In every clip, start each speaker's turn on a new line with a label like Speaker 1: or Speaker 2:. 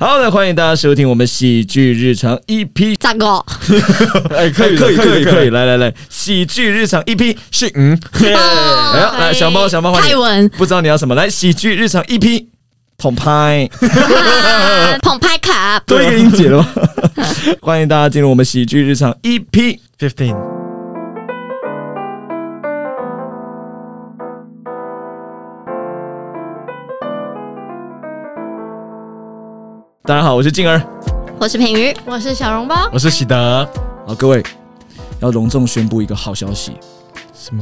Speaker 1: 好的，欢迎大家收听我们喜剧日常 EP，
Speaker 2: 咋个？
Speaker 1: 哎，可以
Speaker 3: 可以
Speaker 1: 可以
Speaker 3: 可以
Speaker 1: 可以，来来来，喜剧日常 EP 是嗯， 哎呀，来小猫小猫，欢
Speaker 2: 哦泰
Speaker 1: 迎，
Speaker 2: 文，
Speaker 1: 不知道你要什么，来喜剧日常 EP 统拍，
Speaker 2: 啊捧拍卡，
Speaker 1: 多一个音节了吧， 欢迎大家进入我们喜剧日常 EP
Speaker 3: Fifteen，
Speaker 1: 大家好，我是静儿。
Speaker 2: 我是平鱼，
Speaker 4: 我是小笼包，
Speaker 3: 我是喜德。
Speaker 1: 好，各位，要隆重宣布一个好消息，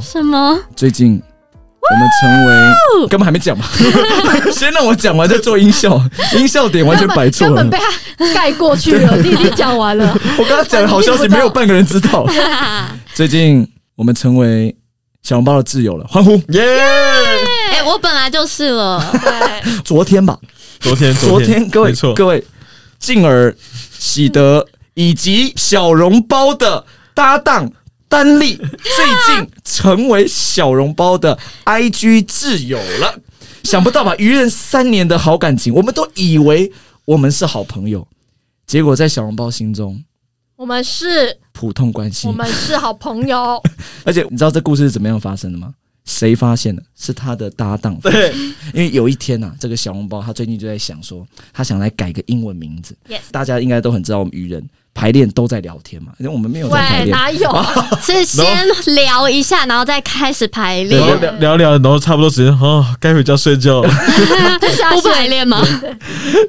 Speaker 2: 什么？
Speaker 1: 最近我们成为根本还没 讲吧，先让我讲完再做音效，音效点完全摆错
Speaker 4: 根
Speaker 1: 了
Speaker 4: 本。被他盖过去 了。
Speaker 1: 啊
Speaker 4: 你已经讲完了，
Speaker 1: 我刚刚讲的好消息，没有半个人知道。最近我们成为小笼包的挚友了，欢呼！
Speaker 3: 耶！
Speaker 2: 哎、我本来就是 了，
Speaker 1: 昨天吧，
Speaker 3: 昨天
Speaker 1: 昨天各位
Speaker 3: 没错，
Speaker 1: 各位，进而喜德以及小笼包的搭档丹丽，最近成为小笼包的 IG 挚友了。想不到吧，愚人三年的好感情，我们都以为我们是好朋友，结果在小笼包心中
Speaker 4: 我们是，
Speaker 1: 普通关系
Speaker 4: 我。们是好朋 友。
Speaker 1: 而且你知道这故事是怎么样发生的吗？谁发现的？是他的搭档。
Speaker 3: 对，
Speaker 1: 因为有一天呐、啊这个小笼包他最近就在想说，他想来改个英文名字。
Speaker 4: Yes
Speaker 1: 大家应该都很知道，我们愚人排练都在聊天嘛，因为我们没有在排
Speaker 4: 喂，
Speaker 1: 练。
Speaker 4: 哪有？
Speaker 2: 是先聊一下，然后再开始排
Speaker 3: 然后
Speaker 2: 练。
Speaker 3: 聊聊聊，然后差不多时间哦，该回家 睡觉了。
Speaker 4: 这下
Speaker 2: 不排
Speaker 4: 线
Speaker 2: 练吗？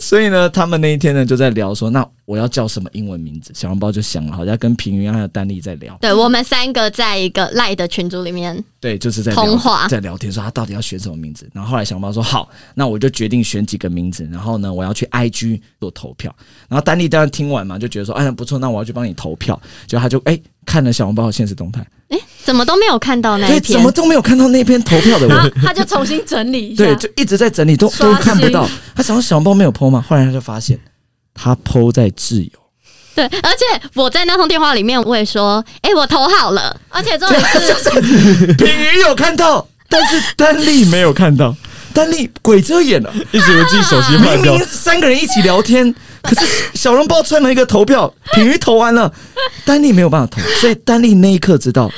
Speaker 1: 所以呢，他们那一天呢就在聊说，那我要叫什么英文名字？小笼包就想了，好像跟平云还有丹丽在聊，
Speaker 2: 对我们三个在一个赖的群组里面，
Speaker 1: 对，就是在聊
Speaker 2: 通话
Speaker 1: 在聊天，说他到底要选什么名字。然后后来小笼包说好，那我就决定选几个名字，然后呢，我要去 IG 做投票。然后丹丽当然听完嘛，就觉得说，哎呀不错，那我要去帮你投票。结果他就哎、看了小笼包的现实动态，
Speaker 2: 哎、怎么都没有看到那
Speaker 1: 对，
Speaker 2: 一
Speaker 1: 怎
Speaker 2: 篇
Speaker 1: 么？都没有看到那篇投票的
Speaker 4: 然
Speaker 1: 文
Speaker 4: 后。 他就重新整理一下
Speaker 1: 对，，就一直在整理，都
Speaker 4: 刷
Speaker 1: 都
Speaker 4: 新
Speaker 1: 看不到。他想说小笼包没有 PO 嘛，后来他就发现他 PO 在挚 友，
Speaker 2: 对，而且我在那通电话里面，我也说，哎、我投好了，
Speaker 4: 而且重点 是，
Speaker 1: 品鱼有看到，但是丹丽没有看到，丹丽鬼遮眼了。
Speaker 3: 一直以为自己手机坏
Speaker 1: 明
Speaker 3: 掉
Speaker 1: 明，三个人一起聊天，可是小笼包穿了一个投票，品鱼投完 了，丹丽没有办法投，所以丹丽那一刻知道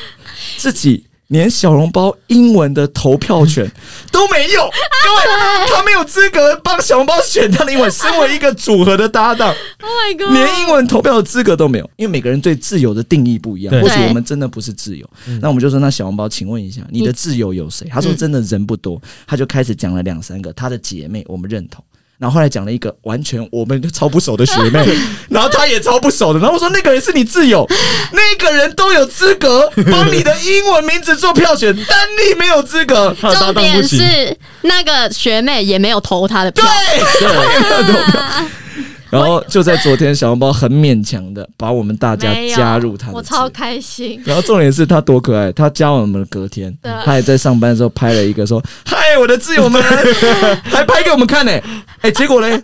Speaker 1: 自己。连小笼包英文的投票权都没 有，各位，他没有资格帮小笼包选他的英文。身为一个组合的搭 档，
Speaker 4: Oh my God
Speaker 1: 连英文投票的资格都没有，因为每个人对自由的定义不一样。
Speaker 3: 对
Speaker 1: 或许
Speaker 2: 对
Speaker 1: 我们真的不是自由，
Speaker 4: 嗯
Speaker 1: 那我们就说，那小红包，请问一下，你的自由有谁？他说真的人不多，他就开始讲了两三个他的姐妹，我们认同。然后后来讲了一个完全我们就超不熟的学 妹，然后她也超不熟的。然后我说那个人是你挚友，那个人都有资格帮你的英文名字做票选，丹尼没有资格。
Speaker 3: 他的搭
Speaker 2: 重
Speaker 3: 档不
Speaker 2: 点
Speaker 3: 行。
Speaker 2: 是那个学妹也没有投她的票。
Speaker 1: 然后就在昨天，小红包很勉强的把我们大家
Speaker 4: 没有
Speaker 1: 加入他的
Speaker 4: 我
Speaker 1: 挚友
Speaker 4: 超开心。
Speaker 1: 然后重点是他多可爱，他加完我们的隔天
Speaker 4: 对，啊
Speaker 1: 他也在上班的时候拍了一个说：“嗨，我的挚友们！” 还拍给我们看呢、哎、结果嘞，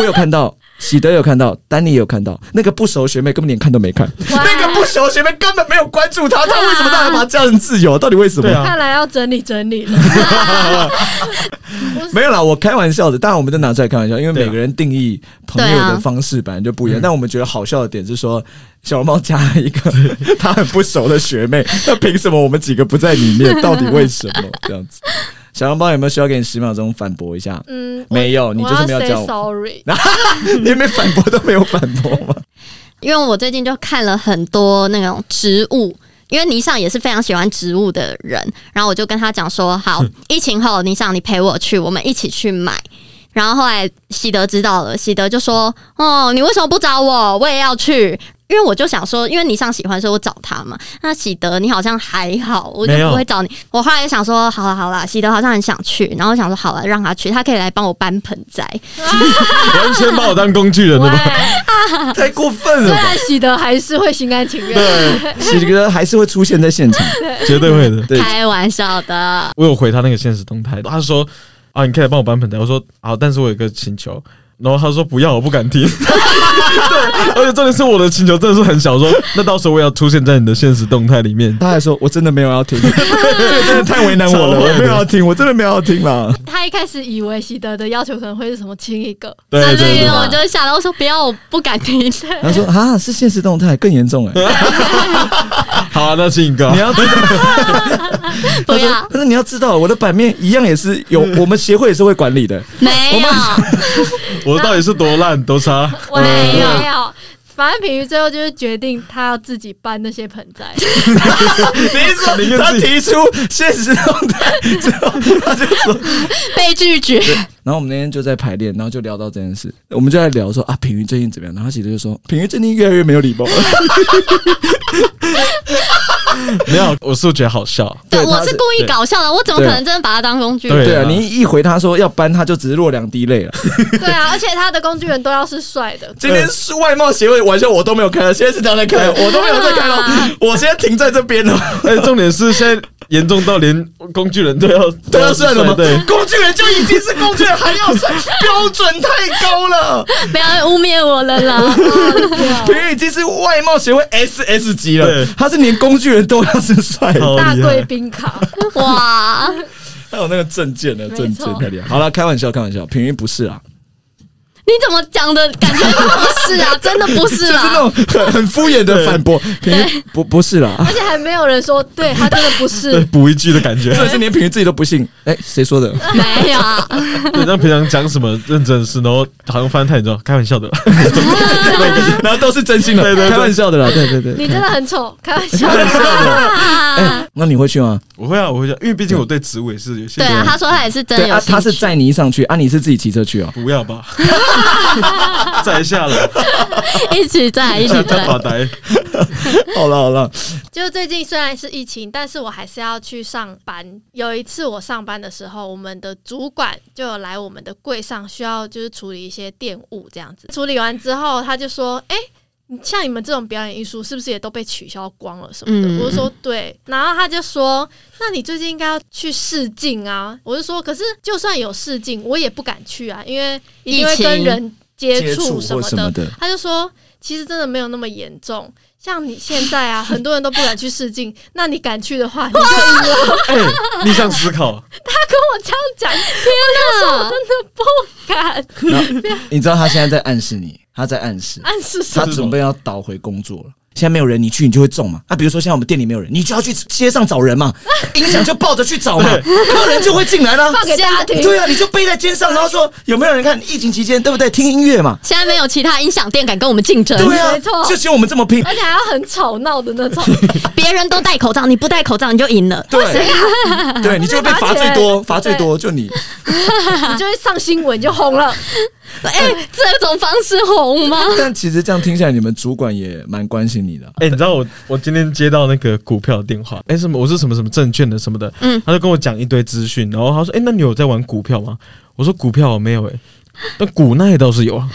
Speaker 1: 我有看到，喜德有看到，丹尼也有看到，那个不熟学妹根本连看都没看，
Speaker 4: 哇
Speaker 1: 那个不熟学妹根本没有关注他，他为什么大家把他加成挚友？到底为什么？
Speaker 3: 对啊
Speaker 4: 看来要整理整理 了。
Speaker 1: 啊没有啦，我开玩笑的，当然我们都拿出来开玩笑，因为
Speaker 3: 对啊嗯
Speaker 1: 每个人定义朋友的方式本来就不一样。但我们觉得好笑的点是说，小笼包加了一个 他很不熟的学妹， 那凭什么我们几个不在里面？到底为什么这样子？小笼包有没有需要给你十秒钟反驳一下？
Speaker 4: 嗯，我
Speaker 1: 没有，你就是没有
Speaker 4: 我
Speaker 1: 教
Speaker 4: 要
Speaker 1: 我，
Speaker 4: say sorry。
Speaker 3: 嗯
Speaker 1: 你连反驳都没有反驳吗？
Speaker 2: 因为我最近就看了很多那种植物，因为尼尚也是非常喜欢植物的人，然后我就跟他讲说，好，疫情后尼尚你陪我去，我们一起去买。然后后来喜德知道了，喜德就说：“哦，你为什么不找我？我也要去。”因为我就想说，因为尼尚喜欢，所以我找他嘛。那喜德你好像还好，我就
Speaker 3: 没有
Speaker 2: 不会找你。我后来就想说，好了好了，喜德好像很想去，然后我想说好了，让他去，他可以来帮我搬盆栽。
Speaker 3: 完全把我当工具人了
Speaker 4: 喂，
Speaker 3: 吧？
Speaker 1: 太过分了
Speaker 4: 虽
Speaker 1: 吧！
Speaker 4: 然喜德还是会心甘情愿，
Speaker 1: 对，喜哥还是会出现在现 场。
Speaker 3: 绝对会的。
Speaker 1: 对
Speaker 2: 开玩笑的，
Speaker 3: 我有回他那个现实动态，他说啊，你可以来帮我搬盆栽。我说好，但是我有一个请求，然后他说不要，我不敢听。 对，而且重点是我的请求真的是很小，说那到时候我也要出现在你的现实动态里面。
Speaker 1: 他还说：“我真的没有要 听，这个真的太为难我了，
Speaker 3: 超坏的
Speaker 1: 我没有要听，我真的没有要听 啦。
Speaker 4: 他一开始以为习德的要求可能会是什么亲一
Speaker 1: 嗯
Speaker 4: 个，
Speaker 3: 对
Speaker 2: 所
Speaker 3: 对
Speaker 2: 以
Speaker 3: 对，
Speaker 2: 我哦就吓到我说不要，我不敢听。
Speaker 1: 然后说：“啊，是现实动态更严重哎、
Speaker 3: 好啊，那请你哥
Speaker 1: 你，要知道，
Speaker 2: 不要，
Speaker 1: 但是你要知道，我的版面一样也是有，我们协会也是会管理的。
Speaker 2: 没有，
Speaker 3: 我到底是多烂多差？
Speaker 4: 我没
Speaker 2: 嗯
Speaker 4: 有。反正品瑜最后就是决定他要自己办那些盆 栽，
Speaker 1: 你说
Speaker 3: 宁愿
Speaker 1: 他
Speaker 3: 自己
Speaker 1: 提出现实动态之后，他就说
Speaker 2: 被拒绝。
Speaker 1: 然后我们那天就在排练，然后就聊到这件事，我们就在聊说啊，品瑜最近怎么样？然后他其实就说，品瑜最近越来越没有 礼貌了。
Speaker 3: 没有，我是觉得好笑。
Speaker 1: 对
Speaker 2: 对，
Speaker 1: 他
Speaker 2: 我
Speaker 1: 是
Speaker 2: 是故意搞笑的，我怎么可能真的把它当工具？
Speaker 3: 对
Speaker 1: 对啊，
Speaker 3: 啊
Speaker 1: 你一回他说要搬，他就只是落两滴泪了。
Speaker 4: 对啊，而且他的工具人都要是帅的，
Speaker 1: 今天是外贸协会玩笑，我都没有开了，现在是他在开，我都没有在开了， 我现在停在这边了。
Speaker 3: 而且哎重点是现在严重到连工具 人都要
Speaker 1: 都要算了吗？
Speaker 3: 对，
Speaker 1: 工具人就已经是工具人，还要 算，标准太高了。
Speaker 2: 不要污蔑我了啦！
Speaker 1: 平宇已经是外贸协会 SS 级了
Speaker 3: 对，
Speaker 1: 他是连工具人都要是帅的，
Speaker 3: 好
Speaker 4: 大
Speaker 3: 厉
Speaker 4: 贵
Speaker 3: 害。
Speaker 4: 宾卡，
Speaker 2: 哇，
Speaker 1: 还有那个证件的
Speaker 4: 没
Speaker 1: 证件
Speaker 4: 错
Speaker 1: 太厉害。好了，开玩笑，开玩笑，平宇不是啊，
Speaker 2: 你怎么讲的感觉都不是啊？真的不 是
Speaker 1: 就是那
Speaker 2: 啦！
Speaker 1: 种很很敷衍的反驳。平宇不不是 啦，
Speaker 4: 而且还没有人说对他真的
Speaker 3: 对，
Speaker 4: 不 是。
Speaker 3: 补一句的感觉。
Speaker 1: 这是连平宇自己都不信。哎，谁说 的？
Speaker 2: 没有，啊
Speaker 3: 对，像平常讲什么认真的事，然后好像翻太你知道，开玩笑的。
Speaker 1: 然后都是真心的，
Speaker 3: 对对对
Speaker 1: 开玩笑的啦，对对对。
Speaker 4: 你真的很丑，开玩笑。
Speaker 2: 啊
Speaker 1: 那你会去吗？
Speaker 3: 我会啊，我会讲，因为毕竟我对植物也是有些
Speaker 2: 对啊，他说他也是真
Speaker 1: 对
Speaker 2: 的有
Speaker 1: 啊，
Speaker 2: 兴趣，
Speaker 1: 他是载你上去啊，你是自己骑车 去哦。
Speaker 3: 不要 吧，再下来，
Speaker 2: 一起在一起
Speaker 3: 下
Speaker 2: 在
Speaker 3: 下。发呆。
Speaker 1: 好了好了，
Speaker 4: 就最近虽然是疫情，但是我还是要去上班。有一次我上班的时候，我们的主管就有来我们的柜上，需要就是处理一些电务这样子。处理完之后，他就说：“哎、你像你们这种表演艺术，是不是也都被取消光了什么的？”
Speaker 2: 嗯
Speaker 4: 我就说：“对。”然后他就说：“那你最近应该要去试镜啊。”我就说：“可是就算有试镜，我也不敢去啊，因为一定会
Speaker 2: 疫情
Speaker 4: 跟人接
Speaker 1: 接
Speaker 4: 触
Speaker 1: 触
Speaker 4: 什
Speaker 1: 或
Speaker 4: 么
Speaker 1: 什
Speaker 4: 的。”
Speaker 1: 么的，
Speaker 4: 他就说，其实真的没有那么严重。像你现在啊，很多人都不敢去试镜，那你敢去的话，你就赢了。
Speaker 3: 哎，逆向思考，
Speaker 4: 他跟我这样讲，
Speaker 2: 啊
Speaker 4: 敢
Speaker 1: 然后你知道他现在在暗示你，他在暗示，
Speaker 4: 暗示什
Speaker 1: 他
Speaker 4: 么？
Speaker 1: 准备要倒回工作了。现在没有人，你去你就会中嘛。啊，比如说现在我们店里没有人，你就要去街上找人嘛，音响就抱着去找嘛，客人就会进来啦。
Speaker 4: 放给大家听。
Speaker 1: 对啊，你就背在肩上，然后说有没有人看？疫情期间对不对？听音乐嘛，
Speaker 2: 现在没有其他音响店敢跟我们竞争，
Speaker 1: 对啊
Speaker 4: 没错，
Speaker 1: 就只有我们这么拼。
Speaker 4: 而且还要很吵闹的那种，
Speaker 2: 别人都戴口罩，你不戴口罩你就赢了。
Speaker 1: 对，对，你就会被罚最多，罚
Speaker 4: 罚
Speaker 1: 最
Speaker 4: 钱
Speaker 1: 多就你。
Speaker 4: 你就会上新闻就红了。
Speaker 2: 哎、这种方式红吗？
Speaker 1: 但其实这样听起来，你们主管也蛮关心你的啊。
Speaker 3: 哎、你知道我我今天接到那个股票电话，哎、什么我是什么什么证券的什么的，
Speaker 2: 嗯
Speaker 3: 他就跟我讲一堆资讯，然后他说，哎、那你有在玩股票吗？我说股票没有、哎，那股奈倒是有啊，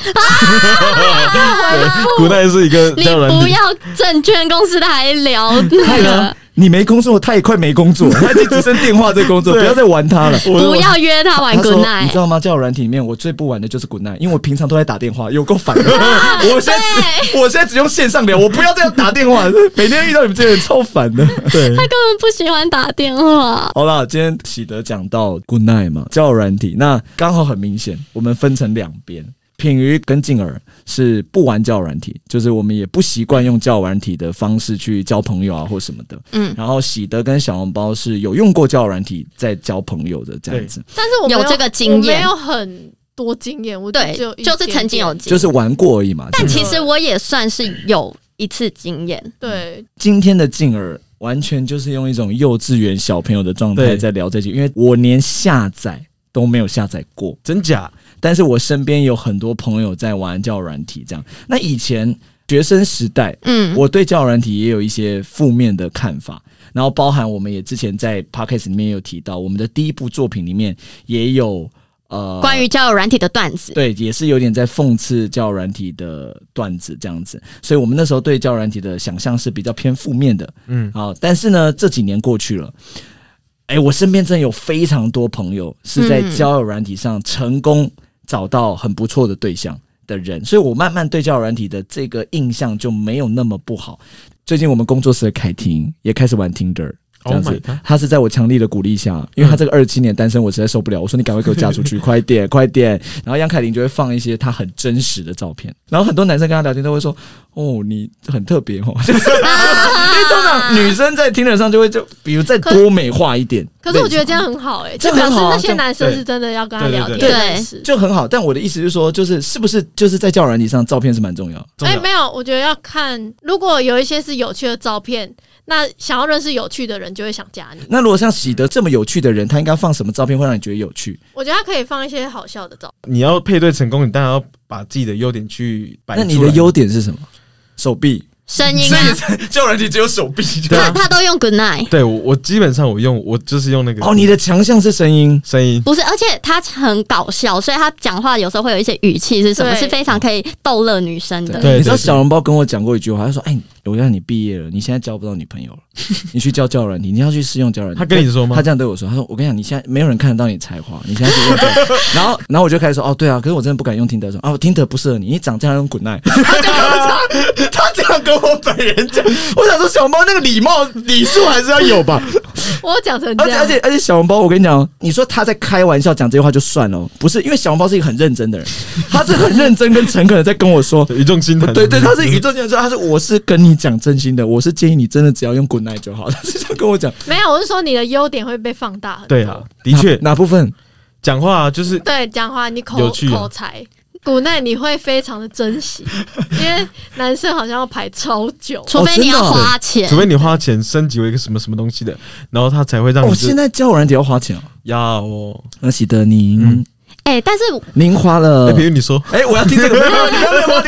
Speaker 3: 对， 股奈是一个
Speaker 2: 啊你
Speaker 3: 叫人
Speaker 2: 不要证券公司的还聊那个，
Speaker 1: 你没工作，他也快没工作，他就只剩电话这工作，
Speaker 3: 对
Speaker 1: 不要再玩他了。
Speaker 3: 我
Speaker 2: 不要约他玩
Speaker 1: 他说
Speaker 2: Good：“
Speaker 1: 你知
Speaker 2: Night。
Speaker 1: 道吗？交友软体里面，我最不玩的就是 Good Night，因为我平常都在打电话，有够 烦的。我现在只我现在只用线上聊，我不要再打电 话，每天遇到你们这些人超烦 的。
Speaker 3: 对
Speaker 2: 他根本不喜欢打电话，
Speaker 1: 好啦，今天喜德讲到 Good Night 嘛，交友软体，那刚好很明显，我们分成两边。”品瑜跟静儿是不玩交友软体，就是我们也不习惯用交友软体的方式去交朋友啊或什么的。
Speaker 2: 嗯，
Speaker 1: 然后喜德跟小笼包是有用过交友软体在交朋友的这样子，
Speaker 4: 但是我没
Speaker 2: 有这个经验
Speaker 4: 我没有很多经验，我
Speaker 2: 对
Speaker 4: 只有，一
Speaker 2: 就是曾经有
Speaker 4: 点点，
Speaker 2: 经
Speaker 1: 就
Speaker 2: 验，
Speaker 1: 是玩过而已嘛。
Speaker 2: 但
Speaker 1: 就是
Speaker 2: 其实我也算是有一次经验，
Speaker 4: 对，
Speaker 1: 今天的静儿完全就是用一种幼稚园小朋友的状态
Speaker 3: 对
Speaker 1: 在聊这集，因为我连下载都没有下载过，
Speaker 3: 真假，
Speaker 1: 但是我身边有很多朋友在玩交友软体，这样。那以前学生时代，
Speaker 2: 嗯，
Speaker 1: 我对交友软体也有一些负面的看法，然后包含我们也之前在 podcast 里面有提到，我们的第一部作品里面也有呃
Speaker 2: 关于交友软体的段子，
Speaker 1: 对，也是有点在讽刺教软体的段子这样子，所以我们那时候对教软体的想象是比较偏负面的。
Speaker 3: 嗯，
Speaker 1: 好，但是呢，这几年过去了，哎、我身边真的有非常多朋友是在
Speaker 2: 嗯
Speaker 1: 交友软体上成功找到很不错的对象的人，所以我慢慢对交友软体的这个印象就没有那么不好。最近我们工作室的凯婷也开始玩 Tinder。这样
Speaker 3: Oh my
Speaker 1: 子啊
Speaker 3: god，
Speaker 1: 他是在我强力的鼓励下，因为他这个二七年单身，我实在受不了。我说你赶快给我嫁出去，快点，快点。然后杨凯琳就会放一些他很真实的照片，然后很多男生跟他聊天都会说：“哦，你很特别哦。”就是 因为通常女生在听 i 上就会就比如再多美化一点。
Speaker 4: 可是我觉得这样很好哎、
Speaker 1: 这
Speaker 4: 就
Speaker 1: 样很
Speaker 4: 表示
Speaker 1: 好啊
Speaker 4: 那些男生
Speaker 3: 这样
Speaker 4: 是真的要跟他
Speaker 3: 对对
Speaker 4: 聊天
Speaker 2: 对
Speaker 4: 认识，
Speaker 1: 就很好。但我的意思是说，就是是不是就是在交友软体上，照片是蛮重要的。
Speaker 3: 重啊
Speaker 4: 哎、
Speaker 3: 要
Speaker 4: 没有，我觉得要看，如果有一些是有趣的照片，那想要认识有趣的人就会想加 你。
Speaker 1: 那如果像喜德这么有趣的人，他应该放什么照片会让你觉得有趣？
Speaker 4: 我觉得他可以放一些好笑的照
Speaker 3: 你要配对成功，你当然要把自己的优点去摆出
Speaker 1: 那
Speaker 3: 来。
Speaker 1: 你的优点是什么？手臂，
Speaker 2: 声音啊，
Speaker 1: 交友软体只有手臂。
Speaker 3: 对
Speaker 2: 他
Speaker 3: 啊
Speaker 2: 他都用 Good Night，
Speaker 3: 对我，我基本上我用我就是用那 个
Speaker 1: 哦，你的强项是声音。
Speaker 3: 声音，
Speaker 2: 不是，而且他很搞笑，所以他讲话有时候会有一些语气是什么，
Speaker 4: 对
Speaker 2: 是非常可以逗乐女生的。
Speaker 3: 对
Speaker 1: 你知道小笼包跟我讲过一句话，他说：“哎，我让你毕业了，你现在交不到女朋友 了，你去交交友软体，你要去试用交友软体。”
Speaker 3: 他跟你说吗
Speaker 1: 他这样对我说：“他说我跟你讲，你现在没有人看得到你才华，你现在去 用交友软体。”然后，然后我就开始说：“哦，对啊，可是我真的不敢用听德说啊， 我听德不适合你，你长这样用滚奈。”他这样跟我讲他这样跟我本人讲，我想说小笼包那个礼貌礼数还是要有 吧。
Speaker 4: 片，我讲成
Speaker 1: 而且
Speaker 4: 这样，
Speaker 1: 而且而且，小笼包，我跟你讲哦，你说他在开玩笑讲这些话就算了哦，不是因为小笼包是一个很认真的人，他是很认真跟诚恳的在跟我说，
Speaker 3: 语重心长。
Speaker 1: 对对，他是宇宙先生，他是我是跟你讲真心的，我是建议你真的只要用 Good Night 就好。他是这样跟我讲，
Speaker 4: 没有，我是说你的优点会被放大很多。
Speaker 3: 对啊，的确
Speaker 1: 哪哪部分？
Speaker 3: 讲话啊就是
Speaker 4: 对，讲话你口
Speaker 3: 有趣啊
Speaker 4: 口才。古奈你会非常的珍 惜，因为男生好像要排超 久，
Speaker 2: 除非你要花钱
Speaker 3: 除，非你花钱升级为一个什么什么东西的，然后他才会让
Speaker 1: 哦，
Speaker 3: 你知
Speaker 1: 现在交友软体要花钱哦。
Speaker 3: 要哦。
Speaker 1: 那喜得您、
Speaker 3: 嗯
Speaker 2: 哎、但是
Speaker 1: 您花了
Speaker 3: 哎，，比如你说
Speaker 1: 哎、我要听这个，没有你要没有话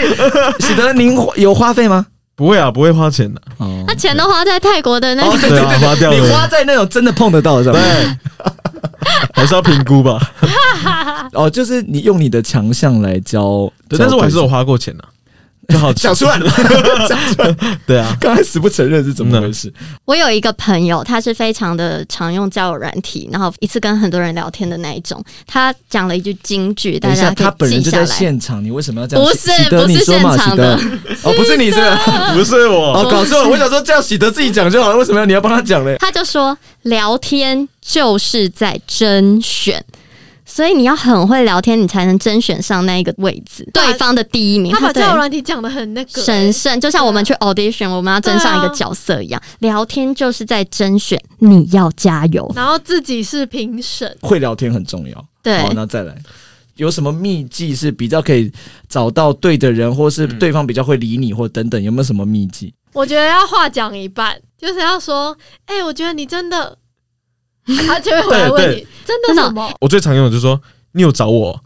Speaker 1: 题。喜得您花有花费吗？
Speaker 3: 不会啊，不会花钱的，
Speaker 1: 哦
Speaker 2: 那，钱都花在泰国的那
Speaker 1: 哦
Speaker 2: 个
Speaker 1: 对
Speaker 3: 对啊，花掉
Speaker 1: 你花
Speaker 3: 了，
Speaker 1: 在那种真的碰得到的上
Speaker 3: 对
Speaker 1: 面。，
Speaker 3: 还是要评估 吧。
Speaker 1: 哦，就是你用你的强项来教，
Speaker 3: 对，
Speaker 1: 教
Speaker 3: 但是我还是有
Speaker 1: 对
Speaker 3: 花过钱 的，就好
Speaker 1: 象讲出来了，讲出来了，
Speaker 3: 对啊，
Speaker 1: 刚才死不承认是怎么回事？
Speaker 2: 我有一个朋友，他是非常的常用交友软体，然后一次跟很多人聊天的那一种。他讲了一句金句，
Speaker 1: 等
Speaker 2: 大
Speaker 1: 一下，
Speaker 2: 家
Speaker 1: 他
Speaker 2: 可
Speaker 1: 本
Speaker 2: 以
Speaker 1: 人
Speaker 2: 记
Speaker 1: 就
Speaker 2: 下
Speaker 1: 在
Speaker 2: 来。
Speaker 1: 现场，你为什么要这样？
Speaker 2: 不是
Speaker 1: 喜得
Speaker 2: 不是
Speaker 1: 你说嘛
Speaker 2: 现场的
Speaker 1: 喜得哦，不是你是吧？
Speaker 3: 不是
Speaker 1: 哦，
Speaker 3: 我，
Speaker 1: 搞错了！我想说，这样喜德自己讲就好了，为什么要你要帮他讲嘞？
Speaker 2: 他就说，聊天就是在甄选。所以你要很会聊天，你才能甄选上那一个位置，
Speaker 4: 他
Speaker 2: 对方的第一名。
Speaker 4: 啊他把
Speaker 2: 对
Speaker 4: 交友软体啊讲的很那个、欸
Speaker 2: 神圣，就像我们去 audition，我们要争上一个角色一样，
Speaker 4: 啊
Speaker 2: 聊天就是在甄选，你要加油。
Speaker 4: 然后自己是评审，
Speaker 1: 会聊天很重要。
Speaker 2: 对
Speaker 1: 好，那再来，有什么秘技是比较可以找到对的人，或是对方比较会理你，或等等，有没有什么秘技？
Speaker 4: 我觉得要话讲一半，就是要说，哎、我觉得你真的，他就会回来问
Speaker 3: 对
Speaker 4: 你，真的什么？
Speaker 3: 我最常用的就是说你有找我，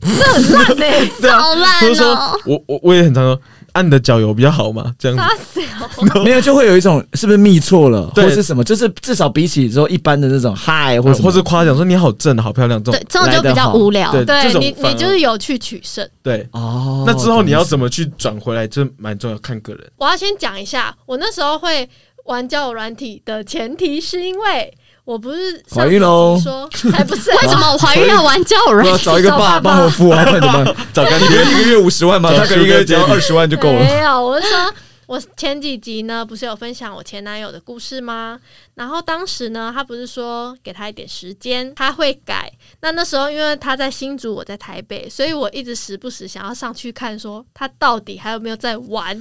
Speaker 4: 这很烂欸呢、
Speaker 3: 对啊，
Speaker 2: 好烂
Speaker 3: 或者
Speaker 2: 哦
Speaker 3: 说、我我我也很常说，按你的脚油比较好嘛，这样
Speaker 1: 啊
Speaker 3: 子。
Speaker 4: 傻小。
Speaker 1: 没有，就会有一种是不是密错了，
Speaker 3: 对
Speaker 1: 或是什么？就是至少比起说一般的那种嗨，啊或
Speaker 3: 或
Speaker 1: 什么
Speaker 3: 或是夸奖说你好正，好漂亮这
Speaker 2: 对
Speaker 3: 种，，
Speaker 2: 这种就比较无聊。
Speaker 3: 对这
Speaker 4: 对
Speaker 3: 种
Speaker 4: 你，
Speaker 3: 反而
Speaker 4: 你就是有去取胜。
Speaker 3: 对。
Speaker 1: 哦，
Speaker 3: 那之后你要怎
Speaker 1: 么？
Speaker 3: 么去转回来，这蛮重要，看个人。
Speaker 4: 我要先讲一下，我那时候会玩交友软体的前提是因为我不是上
Speaker 1: 怀孕喽
Speaker 4: 一集说还不是
Speaker 2: 为什么我怀孕要玩交友
Speaker 1: 我
Speaker 2: 软
Speaker 1: 要
Speaker 3: 啊
Speaker 2: 体？
Speaker 1: 找一个爸
Speaker 4: 找爸爸
Speaker 1: 帮我付啊，不然怎么办？
Speaker 3: 找干
Speaker 1: 你
Speaker 3: 爹
Speaker 1: 觉得一个月五十万 吗？
Speaker 3: 找
Speaker 1: 他可能一个月只要
Speaker 3: sugar daddy
Speaker 1: 二十万就够了。
Speaker 4: 没有，我是说， 我前几集呢不是有分享我前男友的故事吗？然后当时呢，他不是说给他一点时间，他会改。那那时候因为他在新竹，我在台北，所以我一直时不时想要上去看，说他到底还有没有在玩。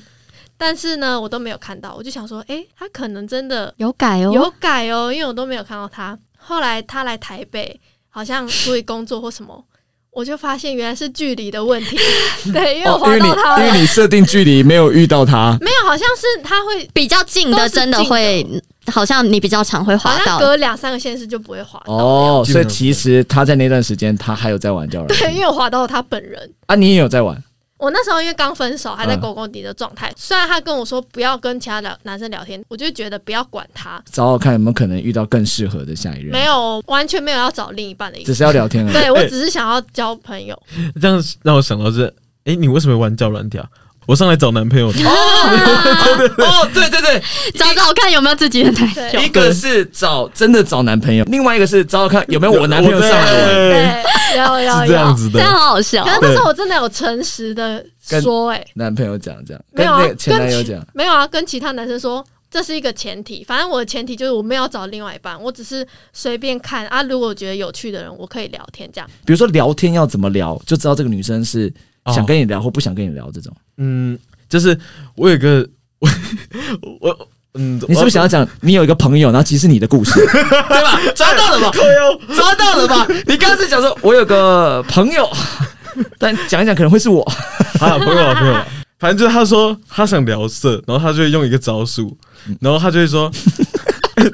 Speaker 4: 但是呢，我都没有看到，我就想说，诶、他可能真的
Speaker 2: 有改
Speaker 1: 啊
Speaker 2: 哦，
Speaker 4: 有改哦，因为我都没有看到他。后来他来台北，好像出于工作或什么，我就发现原来是距离的问 题。对，因为我
Speaker 1: 哦，
Speaker 4: 滑
Speaker 1: 因为
Speaker 4: 到他
Speaker 1: 你
Speaker 4: 了
Speaker 1: 因，为你设定距离没有遇到他，
Speaker 4: 没有，好像是他会，
Speaker 2: 比较近的真的会，好像你比较常会
Speaker 4: 好
Speaker 2: 滑
Speaker 4: 像
Speaker 2: 到。
Speaker 4: 隔两三个县市就不会滑到。
Speaker 1: 哦，
Speaker 3: 基
Speaker 1: 所
Speaker 3: 本
Speaker 1: 以
Speaker 3: 上
Speaker 1: 其实他在那段时间他还有在玩交友软
Speaker 4: 对，
Speaker 1: 件
Speaker 4: 因为我滑到他本人。
Speaker 1: 啊，你也有在玩，
Speaker 4: 我那时候因为刚分手，还在
Speaker 1: 嗯
Speaker 4: 狗狗底的状态。虽然他跟我说不要跟其他聊男生聊天，我就觉得不要管他，
Speaker 1: 找找看有没有可能遇到更适合的下一任，
Speaker 4: 没有完全没有要找另一半的意
Speaker 1: 只
Speaker 4: 思。
Speaker 1: 是要聊天 而已。
Speaker 4: 对我只是想要交朋友。
Speaker 3: 这样让我想到是，哎、你为什么玩交友软体啊？我上来找男 朋友的，
Speaker 1: 哦，对对对，
Speaker 2: 找找看有没有自己的男
Speaker 4: 对
Speaker 2: 友
Speaker 1: 一。个是找真的找男朋友，另外一个是找找看有没有我啊男朋友上来玩。
Speaker 3: 对，
Speaker 4: 对，有有
Speaker 3: 是这样
Speaker 4: 有。
Speaker 3: 子
Speaker 2: 这样
Speaker 3: 的。
Speaker 2: 好好笑
Speaker 4: 可。是那时候我真的有诚实的说、哎，
Speaker 1: 男朋友讲这样，
Speaker 4: 没
Speaker 1: 跟
Speaker 4: 有啊
Speaker 1: 那个，前男友
Speaker 4: 跟
Speaker 1: 讲
Speaker 4: 其，没有啊，跟其他男生说。这是一个前提，反正我的前提就是我没有找另外一半，我只是随便看啊。如果我觉得有趣的人，我可以聊天这样。
Speaker 1: 比如说聊天要怎么聊，就知道这个女生是
Speaker 3: 哦
Speaker 1: 想跟你聊或不想跟你聊这种。
Speaker 3: 嗯，就是我有一个 我我嗯，
Speaker 1: 你是不是想要讲你有一个朋友，然后其实是你的故事， 对啊吧？抓到了吧？抓到了吧？你刚刚是讲说我有个朋友，但讲一讲可能会是我。
Speaker 3: 啊，朋友啊，朋友啊，反正就是他说他想聊色，然后他就会用一个招数，然后他就 会说，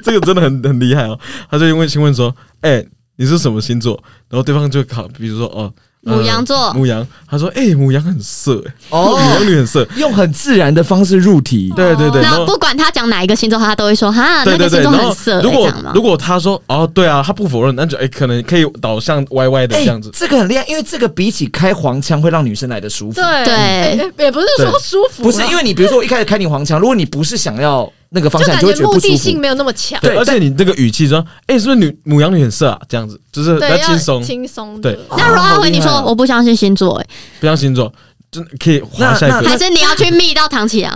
Speaker 3: 这个真的很很厉害哦，他就会问先问说，哎、你是什么星座？然后对方就考，比如说哦。呃
Speaker 2: 母羊座
Speaker 3: 母羊，他说：“哎、母羊很色、欸，
Speaker 1: 哦
Speaker 3: 母羊女很色。
Speaker 1: 用很自然的方式入题，
Speaker 3: 对对对，然
Speaker 2: 那
Speaker 3: 后
Speaker 2: 不管他讲哪一个星座，他都会说哈，
Speaker 3: 对
Speaker 2: 啊那
Speaker 3: 对
Speaker 2: 个星
Speaker 3: 对，
Speaker 2: 座
Speaker 3: 然
Speaker 2: 很
Speaker 3: 后
Speaker 2: 色，
Speaker 3: 如
Speaker 2: 这
Speaker 3: 果
Speaker 2: 样吗
Speaker 3: 如？果他说哦，对啊，他不否认，那就哎、可能可以导向歪歪的
Speaker 1: 哎
Speaker 3: 这样子。
Speaker 1: 这个很厉害，因为这个比起开黄腔会让女生来的舒服。
Speaker 4: 对
Speaker 2: 对
Speaker 4: 也也不是说
Speaker 3: 对
Speaker 4: 舒服啊，
Speaker 1: 不是因为你，比如说我一开始开你黄腔，如果你不是想要那个方
Speaker 4: 就
Speaker 1: 向，你
Speaker 4: 感
Speaker 1: 就会
Speaker 4: 觉
Speaker 1: 觉得
Speaker 4: 目
Speaker 1: 不舒
Speaker 4: 的性
Speaker 1: 服。
Speaker 4: 没有那么强，
Speaker 1: 对
Speaker 3: 对，而且你这个语气说，哎、是不是女母羊女很色啊？这样子就是比较
Speaker 4: 对，
Speaker 3: 轻
Speaker 4: 要
Speaker 3: 松，
Speaker 4: 轻松
Speaker 3: 对
Speaker 4: 的。
Speaker 2: 那如果他回
Speaker 3: 啊
Speaker 2: 你
Speaker 1: 好厉
Speaker 2: 说
Speaker 1: 害哦
Speaker 2: 我不相信星 座，哎，
Speaker 3: 不像星座，真的可以滑下一
Speaker 1: 那
Speaker 3: 个
Speaker 1: 那。
Speaker 2: 还是你要去密到唐启阳？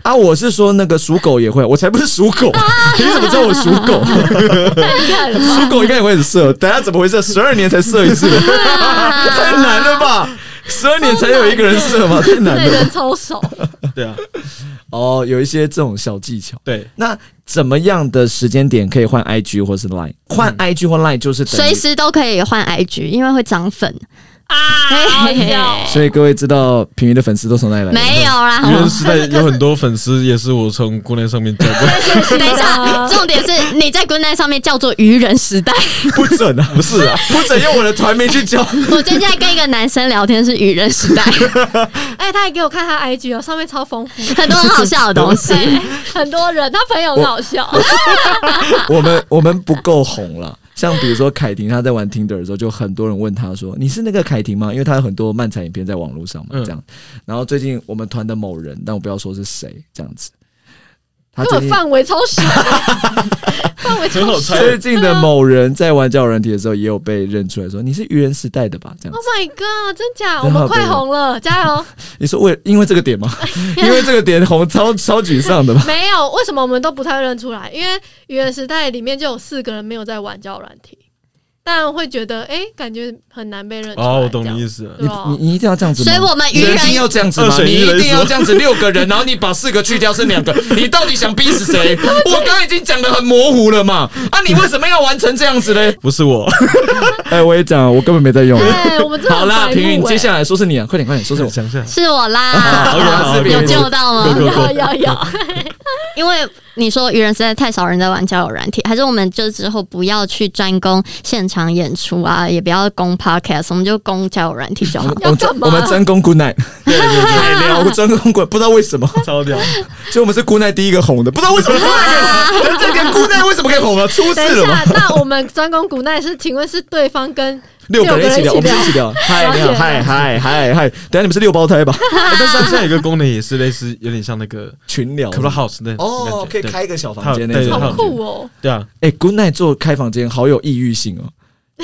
Speaker 1: 啊，我是说那个属狗也会，我才不是属狗， 你怎么知道我属狗？
Speaker 4: 哎
Speaker 1: 属狗应该也会很色，等下怎么回事？十二年才射一次，太难了吧？十二年才有一个人射吗？太难
Speaker 4: 对
Speaker 1: 了。
Speaker 4: 人抽手，
Speaker 3: 对啊，
Speaker 1: 哦，有一些这种小技巧。
Speaker 3: 对，
Speaker 1: 那怎么样的时间点可以换 IG 或是 Line？换 IG 或 Line 就是等于
Speaker 2: 随时都可以换 IG，因为会涨粉。
Speaker 4: 啊，好笑。
Speaker 1: 所以各位知道平鱼的粉丝都从哪里来的？
Speaker 2: 没有啦，
Speaker 3: 愚人时代有很多粉丝也是我从国内上 面交
Speaker 2: 等
Speaker 3: 过，
Speaker 2: 一下，重点是你在 Good Night 上面叫做愚人时代。
Speaker 1: 不准 啊！不是啊，不准用我的团名去教。
Speaker 2: 我最近在跟一个男生聊天是愚人时代，
Speaker 4: 哎，他还给我看他 IG 哦，上面超 丰富，
Speaker 2: 很多很好笑的东西。
Speaker 4: 很多人，他朋友很好笑。
Speaker 1: 我们我们不够红了。像比如说凯婷，她在玩 Tinder 的时候，就很多人问她说：“你是那个凯婷吗？”因为她有很多漫才影片在网络上嘛，
Speaker 3: 嗯
Speaker 1: 这样。然后最近我们团的某人，但我不要说是谁，这样子。他
Speaker 4: 根
Speaker 1: 最
Speaker 4: 本
Speaker 1: 近
Speaker 4: 范围超小， 范围超
Speaker 3: 很好
Speaker 4: 小。
Speaker 3: 猜。
Speaker 1: 最近的某人在玩交友软体的时候，也有被认出来说：“你是愚人时代的吧？”这样
Speaker 2: 哦
Speaker 4: Oh
Speaker 1: 子。
Speaker 4: my god！真假，我
Speaker 1: 真的
Speaker 4: 们快红了，加油！
Speaker 1: 你说为因为这个点 吗？因为这个点红超超沮丧 的吧？
Speaker 4: 没有，为什么我们都不太会认出来？因为愚人时代里面就有四个人没有在玩交友软体，但会觉得哎、感觉很难被认出来。
Speaker 3: 哦，我懂你意
Speaker 4: 思。
Speaker 3: 思了。
Speaker 1: 你
Speaker 4: 对啊
Speaker 1: 你你一定要这样子吗？
Speaker 2: 所以我们愚
Speaker 1: 你一定
Speaker 2: 人
Speaker 1: 要这样子吗
Speaker 3: 二？选
Speaker 1: 你
Speaker 3: 一
Speaker 1: 一
Speaker 3: 人
Speaker 1: 定要
Speaker 3: 说
Speaker 1: 这样子六个人，然后你把四个去掉剩两个，你到底想逼死谁？我刚刚已经讲的很模糊了嘛，啊，你为什么要完成这样子嘞？
Speaker 3: 不是我，
Speaker 1: 哎，我也讲，我根本没在用
Speaker 4: 哎、 我们真的
Speaker 1: 好啦，平云，接
Speaker 4: 来
Speaker 1: 下来说是你啊，快点快点，说是我。
Speaker 3: 想一下，
Speaker 2: 是我
Speaker 3: 啊，OK，
Speaker 2: 啦
Speaker 3: 好，
Speaker 1: 是
Speaker 2: 有
Speaker 1: 别
Speaker 2: 救到吗？
Speaker 3: Go, go, go
Speaker 4: 要要要，
Speaker 2: 因为你说愚人实在太少人在玩交友软体，还是我们就之后不要去专攻现场演出啊，也不要攻 podcast，我们就攻交友软体就好。
Speaker 1: 我
Speaker 4: 要
Speaker 1: 们
Speaker 4: 干嘛
Speaker 1: 我们专攻 Good Night，
Speaker 3: 对对
Speaker 1: 太聊我专攻 Good，不知道为什么，
Speaker 3: 对，超 屌，哎
Speaker 1: 所以我们是 Good Night 第一个红的，不知道为什么 Good Night 可以红这个 Good Night 为什么可以红啊？出
Speaker 4: 等
Speaker 1: 事
Speaker 4: 一
Speaker 1: 了吗
Speaker 4: 下？，那我们专攻古奈是，请问是对方 跟
Speaker 1: 六个人一起聊，我们
Speaker 4: 六个人
Speaker 1: 一起聊。嗨，
Speaker 4: 了
Speaker 1: 你
Speaker 4: 解
Speaker 1: 好，嗨嗨嗨嗨，等下你们是六胞胎吧？
Speaker 3: 哎但是现在有个功能也是类似，有点像那个
Speaker 1: 群聊
Speaker 3: Clubhouse 那
Speaker 1: 哦，可以
Speaker 3: 对
Speaker 1: 开一个小房间那
Speaker 3: 对对
Speaker 1: 种。
Speaker 4: 好酷哦，
Speaker 3: 对啊，
Speaker 1: 哎、g o o d Night 做开房间好有抑郁性哦。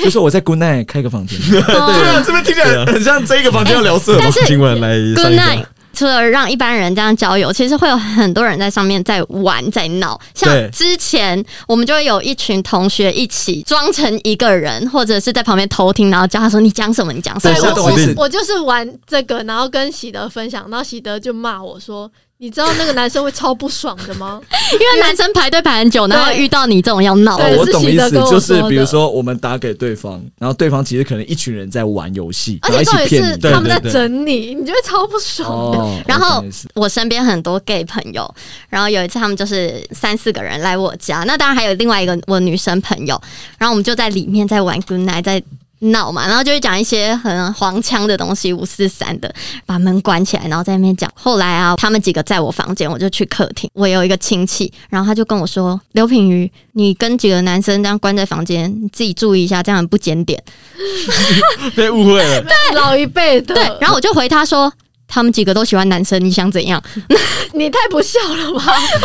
Speaker 1: 就说我在 Good Night 开个房 间，
Speaker 2: 哦
Speaker 1: 是不是啊听起
Speaker 3: 来
Speaker 1: 很像这个房间要聊色
Speaker 2: 但是
Speaker 3: 今晚来上
Speaker 2: Good
Speaker 3: 一
Speaker 2: night
Speaker 3: 个。。
Speaker 2: 除了让一般人这样交友，其实会有很多人在上面在玩在闹。
Speaker 3: 对
Speaker 2: 像之前我们就会有一群同学一起装成一个人，或者是在旁边偷听，然后叫他说你讲什么，你讲什
Speaker 1: 等一
Speaker 4: 对
Speaker 1: 下。
Speaker 2: 么
Speaker 4: 我
Speaker 1: 等我一下
Speaker 4: 我我就是玩这个，然后跟喜德分享，然后喜德就骂我说：“你知道那个男生会超不爽的 吗？”
Speaker 2: 因为男生排队排很久，然后
Speaker 4: 对
Speaker 2: 遇到你这种要闹
Speaker 4: 对
Speaker 2: 的，
Speaker 1: 哦我懂意思
Speaker 4: 是喜德跟，我
Speaker 1: 就是
Speaker 4: 说的
Speaker 1: 比如说我们打给对方，然后对方其实可能一群人在玩游戏，
Speaker 4: 而
Speaker 1: 然后
Speaker 4: 且
Speaker 1: 一
Speaker 4: 重
Speaker 1: 起骗
Speaker 4: 点是
Speaker 1: 你。
Speaker 3: 对
Speaker 4: 他们在
Speaker 3: 对对
Speaker 4: 整你，你就会超不爽
Speaker 1: 哦，
Speaker 4: 的。
Speaker 2: 然
Speaker 1: 我
Speaker 2: 后
Speaker 1: 懂意思
Speaker 2: 我身边很多 gay 朋友，然后有一次他们就是三四个人来我家，那当然还有另外一个我女生朋友，然后我们就在里面在玩 good night，在闹嘛，然后就会讲一些很黄腔的东西，五四三的，把门关起来，然后在那边讲。后来啊，他们几个在我房间，我就去客厅，我有一个亲戚，然后他就跟我说：“刘品瑜，你跟几个男生这样关在房间，你自己注意一下，这样很不检点。”
Speaker 3: 被误会了，
Speaker 4: 老一辈的，呃
Speaker 2: 对，然后我就回他说：“他们几个都喜欢男生，你想怎样？
Speaker 4: 你太不孝了吧？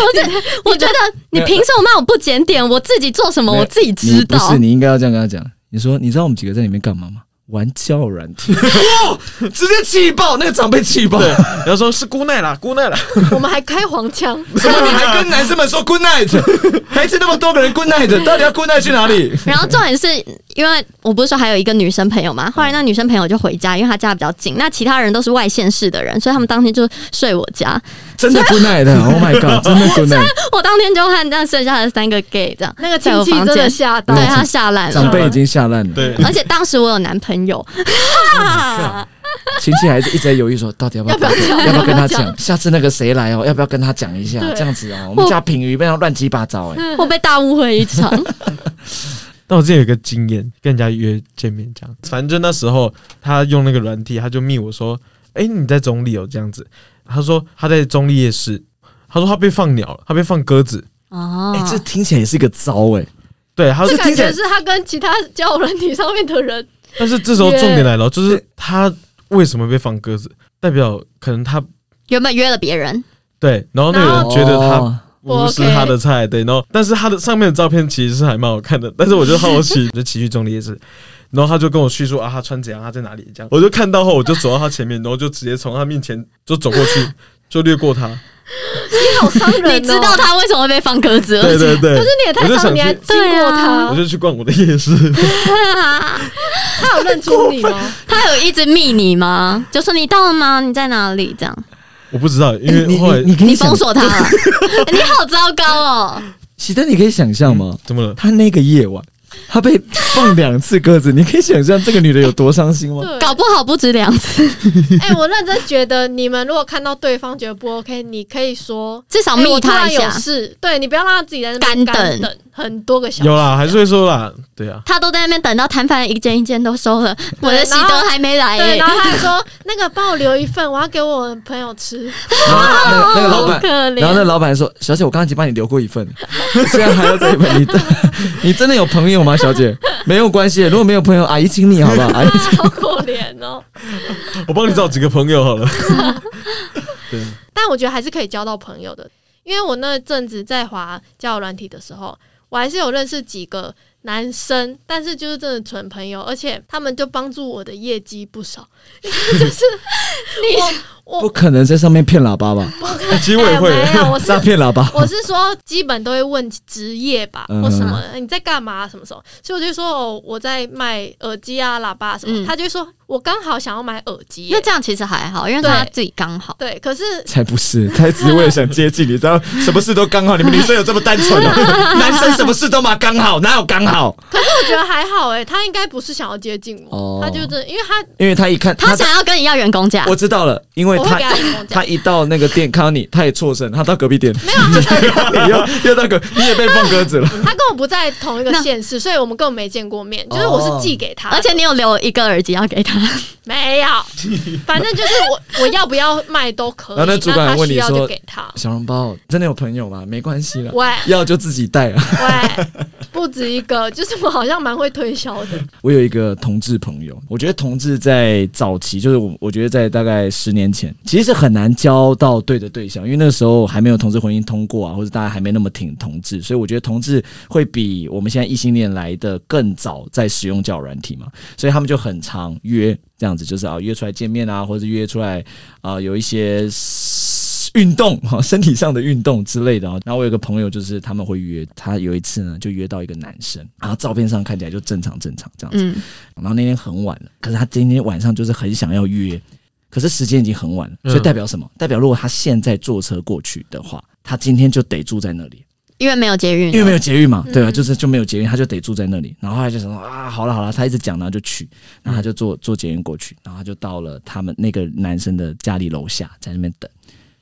Speaker 2: 我觉得你凭什么骂我不检点？我自己做什么
Speaker 1: 没有
Speaker 2: 我自己
Speaker 1: 你
Speaker 2: 知
Speaker 1: 不
Speaker 2: 道
Speaker 1: 是，。你应该要这样跟他讲。你说，你知道我们几个在里面干嘛 吗？玩交友软体，哇，直接气爆，那个长辈气爆，
Speaker 3: 然后说是姑奶啦，姑奶啦，
Speaker 4: 我们还开黄腔，
Speaker 1: 怎么你还跟男生们说 good night？还是那么多个人 good night，到底要 good night 去哪里？
Speaker 2: 然后重点是因为我不是说还有一个女生朋友
Speaker 1: 嗯
Speaker 2: 嘛，后来那女生朋友就回家，因为她家比较近，那其他人都是外县市的人，所以他们当天就睡我 家，
Speaker 1: 真的 good night 的，Oh my god，真的 good night，
Speaker 2: 我当天就和那剩下的三个 gay 这样，
Speaker 4: 那个亲
Speaker 2: 在我
Speaker 4: 戚
Speaker 2: 房
Speaker 4: 真的
Speaker 2: 间，
Speaker 4: 吓到。啊
Speaker 2: 对他吓烂
Speaker 1: 长
Speaker 2: 了。
Speaker 1: 辈已经吓烂了。
Speaker 3: 对，
Speaker 2: 而且当时我有男朋友，
Speaker 1: 亲戚还是一直在犹豫说，到底要不要
Speaker 4: 要不要讲
Speaker 1: 要不要跟他讲？下次那个谁来哦，要不要跟他讲一下？
Speaker 4: 对
Speaker 1: 这样子哦，我们家品鱼被他乱七八糟哎。
Speaker 4: 嗯
Speaker 2: 我被大误会一 场。
Speaker 3: 但我之前有一个经验，跟人家约见面这样，反正就那时候他用那个软体，他就密我说：“哎、你在中立哦，这样子。”他说他在中立夜市，他说他被放鸟了，他被放鸽子。
Speaker 2: 哦，
Speaker 1: 哎，这听起来也是个招哎，
Speaker 3: 对，他说
Speaker 4: 这感觉是他跟其他交友软体上面的人，
Speaker 3: 但是这时候重点来了，就是他为什么被放鸽子，代表可能他
Speaker 2: 原本约了别人，
Speaker 3: 对，然后那个人觉得他
Speaker 1: 哦
Speaker 3: 不是他的菜，对，然后但是他的上面的照片其实是还蛮好看的，但是我就好奇， 就骑去中立夜市，然后他就跟我叙述啊，他穿怎样，他在哪里这样，我就看到后，我就走到他前面， 然后就直接从他面前就走过 去，就掠过他，
Speaker 4: 你好伤人、哦。
Speaker 2: 你知道，他为什么会被放鸽子？
Speaker 3: 对对对，
Speaker 4: 可是你也太
Speaker 3: 我就
Speaker 4: 伤，
Speaker 3: 想
Speaker 4: 你还
Speaker 3: 去，
Speaker 4: 经过他，
Speaker 3: 我就去逛我的夜市，
Speaker 4: 他有认出你吗？
Speaker 2: 他有一直密你吗？就说你到了吗？你在哪里？这样
Speaker 3: 我不知道，因
Speaker 1: 哎你
Speaker 3: 为后来
Speaker 1: 你你可以
Speaker 2: 你
Speaker 1: 想
Speaker 2: 封，锁他 了，你好糟糕哦！
Speaker 1: 喜登，你可以想象吗？
Speaker 3: 怎么了？
Speaker 1: 他那个夜晚，他被放两次鸽子，你可以想象这个女的有多伤心 吗？
Speaker 4: 对，
Speaker 2: 搞不好不止两次，
Speaker 4: 哎、我认真觉得，你们如果看到对方觉得不 OK，你可以说
Speaker 2: 至少
Speaker 4: 哎我
Speaker 2: 密
Speaker 4: 突
Speaker 2: 他
Speaker 4: 然
Speaker 2: 一
Speaker 4: 有
Speaker 2: 下。
Speaker 4: 事，对你不要让他自己在那边
Speaker 2: 干等
Speaker 4: 等很多个小时。
Speaker 3: 有啦，还是会说啦，对啊，
Speaker 2: 他都在那边等到摊贩一间一间都收了，我的喜
Speaker 4: 然
Speaker 2: 德
Speaker 4: 后
Speaker 2: 还没来
Speaker 4: 对，
Speaker 2: 耶
Speaker 4: 然，后他还说 那个帮我留一份，我要给我朋友 吃。
Speaker 1: 然后那个那个老
Speaker 2: 好
Speaker 1: 板，
Speaker 2: 可
Speaker 1: 然后那
Speaker 2: 怜。
Speaker 1: 老板说：“小姐，我刚刚已经帮你留过一份了， 现在还要再一份。你的你真的有朋友吗，小姐？没有关系，如果没有朋友，阿姨请你好不好？阿姨请
Speaker 4: 好可怜哦！
Speaker 3: 我帮你找几个朋友好了，对，
Speaker 4: 但我觉得还是可以交到朋友的，因为我那阵子在滑交友软体的时候，我还是有认识几个男生，但是就是真的纯朋友，而且他们就帮助我的业绩不少。 就是
Speaker 1: 不可能在上面骗喇叭吧？
Speaker 3: 哎其实我也
Speaker 4: 哎
Speaker 3: 会，
Speaker 4: 没有，我是
Speaker 1: 诈骗喇叭？
Speaker 4: 我是说，基本都会问职业吧，
Speaker 1: 嗯
Speaker 4: 或什么哎的，你在干嘛、什么时候？所以我就说，哦，我在卖耳机啊、喇叭什么。
Speaker 2: 嗯
Speaker 4: 他就会说，我刚好想要买耳机耶、
Speaker 2: 那这样其实还好，因为
Speaker 4: 对
Speaker 2: 他自己刚好。
Speaker 4: 对，可是
Speaker 1: 才不是，他只是为了想接近你，知道什么事都刚好。你们女生有这么单纯吗？男生什么事都嘛刚好，哪有刚好？
Speaker 4: 我觉得还好哎、他应该不是想要接近我，
Speaker 1: 哦
Speaker 4: 他就是因为他
Speaker 1: 因为他一看
Speaker 2: 他想要跟你要员工价
Speaker 1: 我，知道了，因为
Speaker 4: 我会
Speaker 1: 他
Speaker 4: 给他员工价
Speaker 1: 他一到那个店看到你，他也错身，他到隔壁店，没有， 又又到隔，你也被放鸽子了。
Speaker 4: 他跟我不在同一个
Speaker 2: 那
Speaker 4: 县市，所以我们根本没见过面。就是我
Speaker 1: 哦
Speaker 4: 是寄给他的，
Speaker 2: 而且你有留一个耳机要给他。
Speaker 4: 没 有，反正就是我我要不要卖都可以。
Speaker 1: 然后那主管
Speaker 4: 他
Speaker 1: 问
Speaker 4: 需
Speaker 1: 你
Speaker 4: 要
Speaker 1: 说
Speaker 4: 就给他。
Speaker 1: 小笼包真的有朋友吗？没关系啦，
Speaker 4: 喂
Speaker 1: 要就自己带啊。
Speaker 4: 喂，不止一个， 就是我好像蛮会推销的。
Speaker 1: 我有一个同志朋友，我觉得同志在早期，就是我我觉得在大概十年前，其实是很难交到对的对象，因为那个时候还没有同志婚姻通过啊，或者大家还没那么挺同志，所以我觉得同志会比我们现在异性恋来的更早在使用交友软体嘛，所以他们就很常约这样子，就是啊约出来见面啊，或者约出来啊、有一些呃运动哈，身体上的运动之类的啊。然后我有个朋友，就是他们会约，他有一次呢就约到一个男生，然后照片上看起来就正常正常这样子。
Speaker 2: 嗯，
Speaker 1: 然后那天很晚了，可是他今天晚上就是很想要约，可是时间已经很晚了，
Speaker 3: 嗯
Speaker 1: 所以代表什么？代表如果他现在坐车过去的话，他今天就得住在那里。
Speaker 2: 因为没有捷运，啊
Speaker 1: 因为没有捷运嘛，对吧、啊
Speaker 4: 嗯
Speaker 1: 就是就没有捷运，他就得住在那里。然后他就想说啊，好了好了，他一直讲，然后就
Speaker 4: 嗯
Speaker 1: 去，然后他就坐坐捷运过去，然后他就到了他们那个男生的家里楼下，在那边等。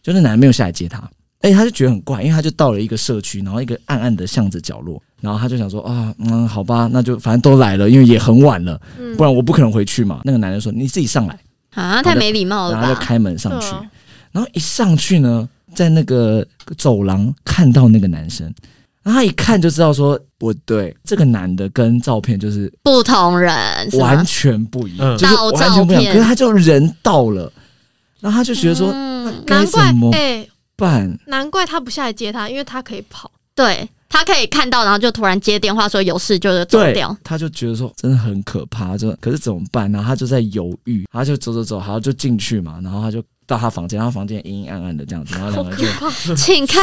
Speaker 1: 就那男人没有下来接他，哎、他就觉得很怪，因为他就到了一个社区，然后一个暗暗的巷子角落，然后他就想说啊，嗯，好吧，那就反正都来了，因为也很晚了，
Speaker 4: 嗯
Speaker 1: 不然我不可能回去嘛。那个男人说你自己上来，
Speaker 2: 啊，太没礼貌
Speaker 1: 然后
Speaker 2: 了
Speaker 1: 就
Speaker 2: 吧？
Speaker 1: 开门上
Speaker 4: 对
Speaker 1: 去，
Speaker 4: 啊
Speaker 1: 然后一上去呢，在那个走廊看到那个男生，然后他一看就知道说不对，这个男的跟照片就是
Speaker 2: 不同人是吗
Speaker 1: 完全不一样，
Speaker 3: 嗯
Speaker 1: 就是完全不一样。
Speaker 2: 盗照片
Speaker 1: 可是他就人到了，然后他就觉得说，
Speaker 2: 嗯
Speaker 1: 那该
Speaker 4: 难
Speaker 1: 怎
Speaker 4: 怪
Speaker 1: 么
Speaker 4: 哎、
Speaker 1: 办？
Speaker 4: 难怪他不下来接他，因为他可以跑。
Speaker 2: 对他可以看到，然后就突然接电话说有事就是走
Speaker 1: 对
Speaker 2: 掉。，
Speaker 1: 他就觉得说真的很可怕，就可是怎么办呢？然后他就在犹豫，他就走走走，然后就进去嘛，然后他就到他房间，他房间阴阴暗暗的这样子，然后两个人就
Speaker 2: 请开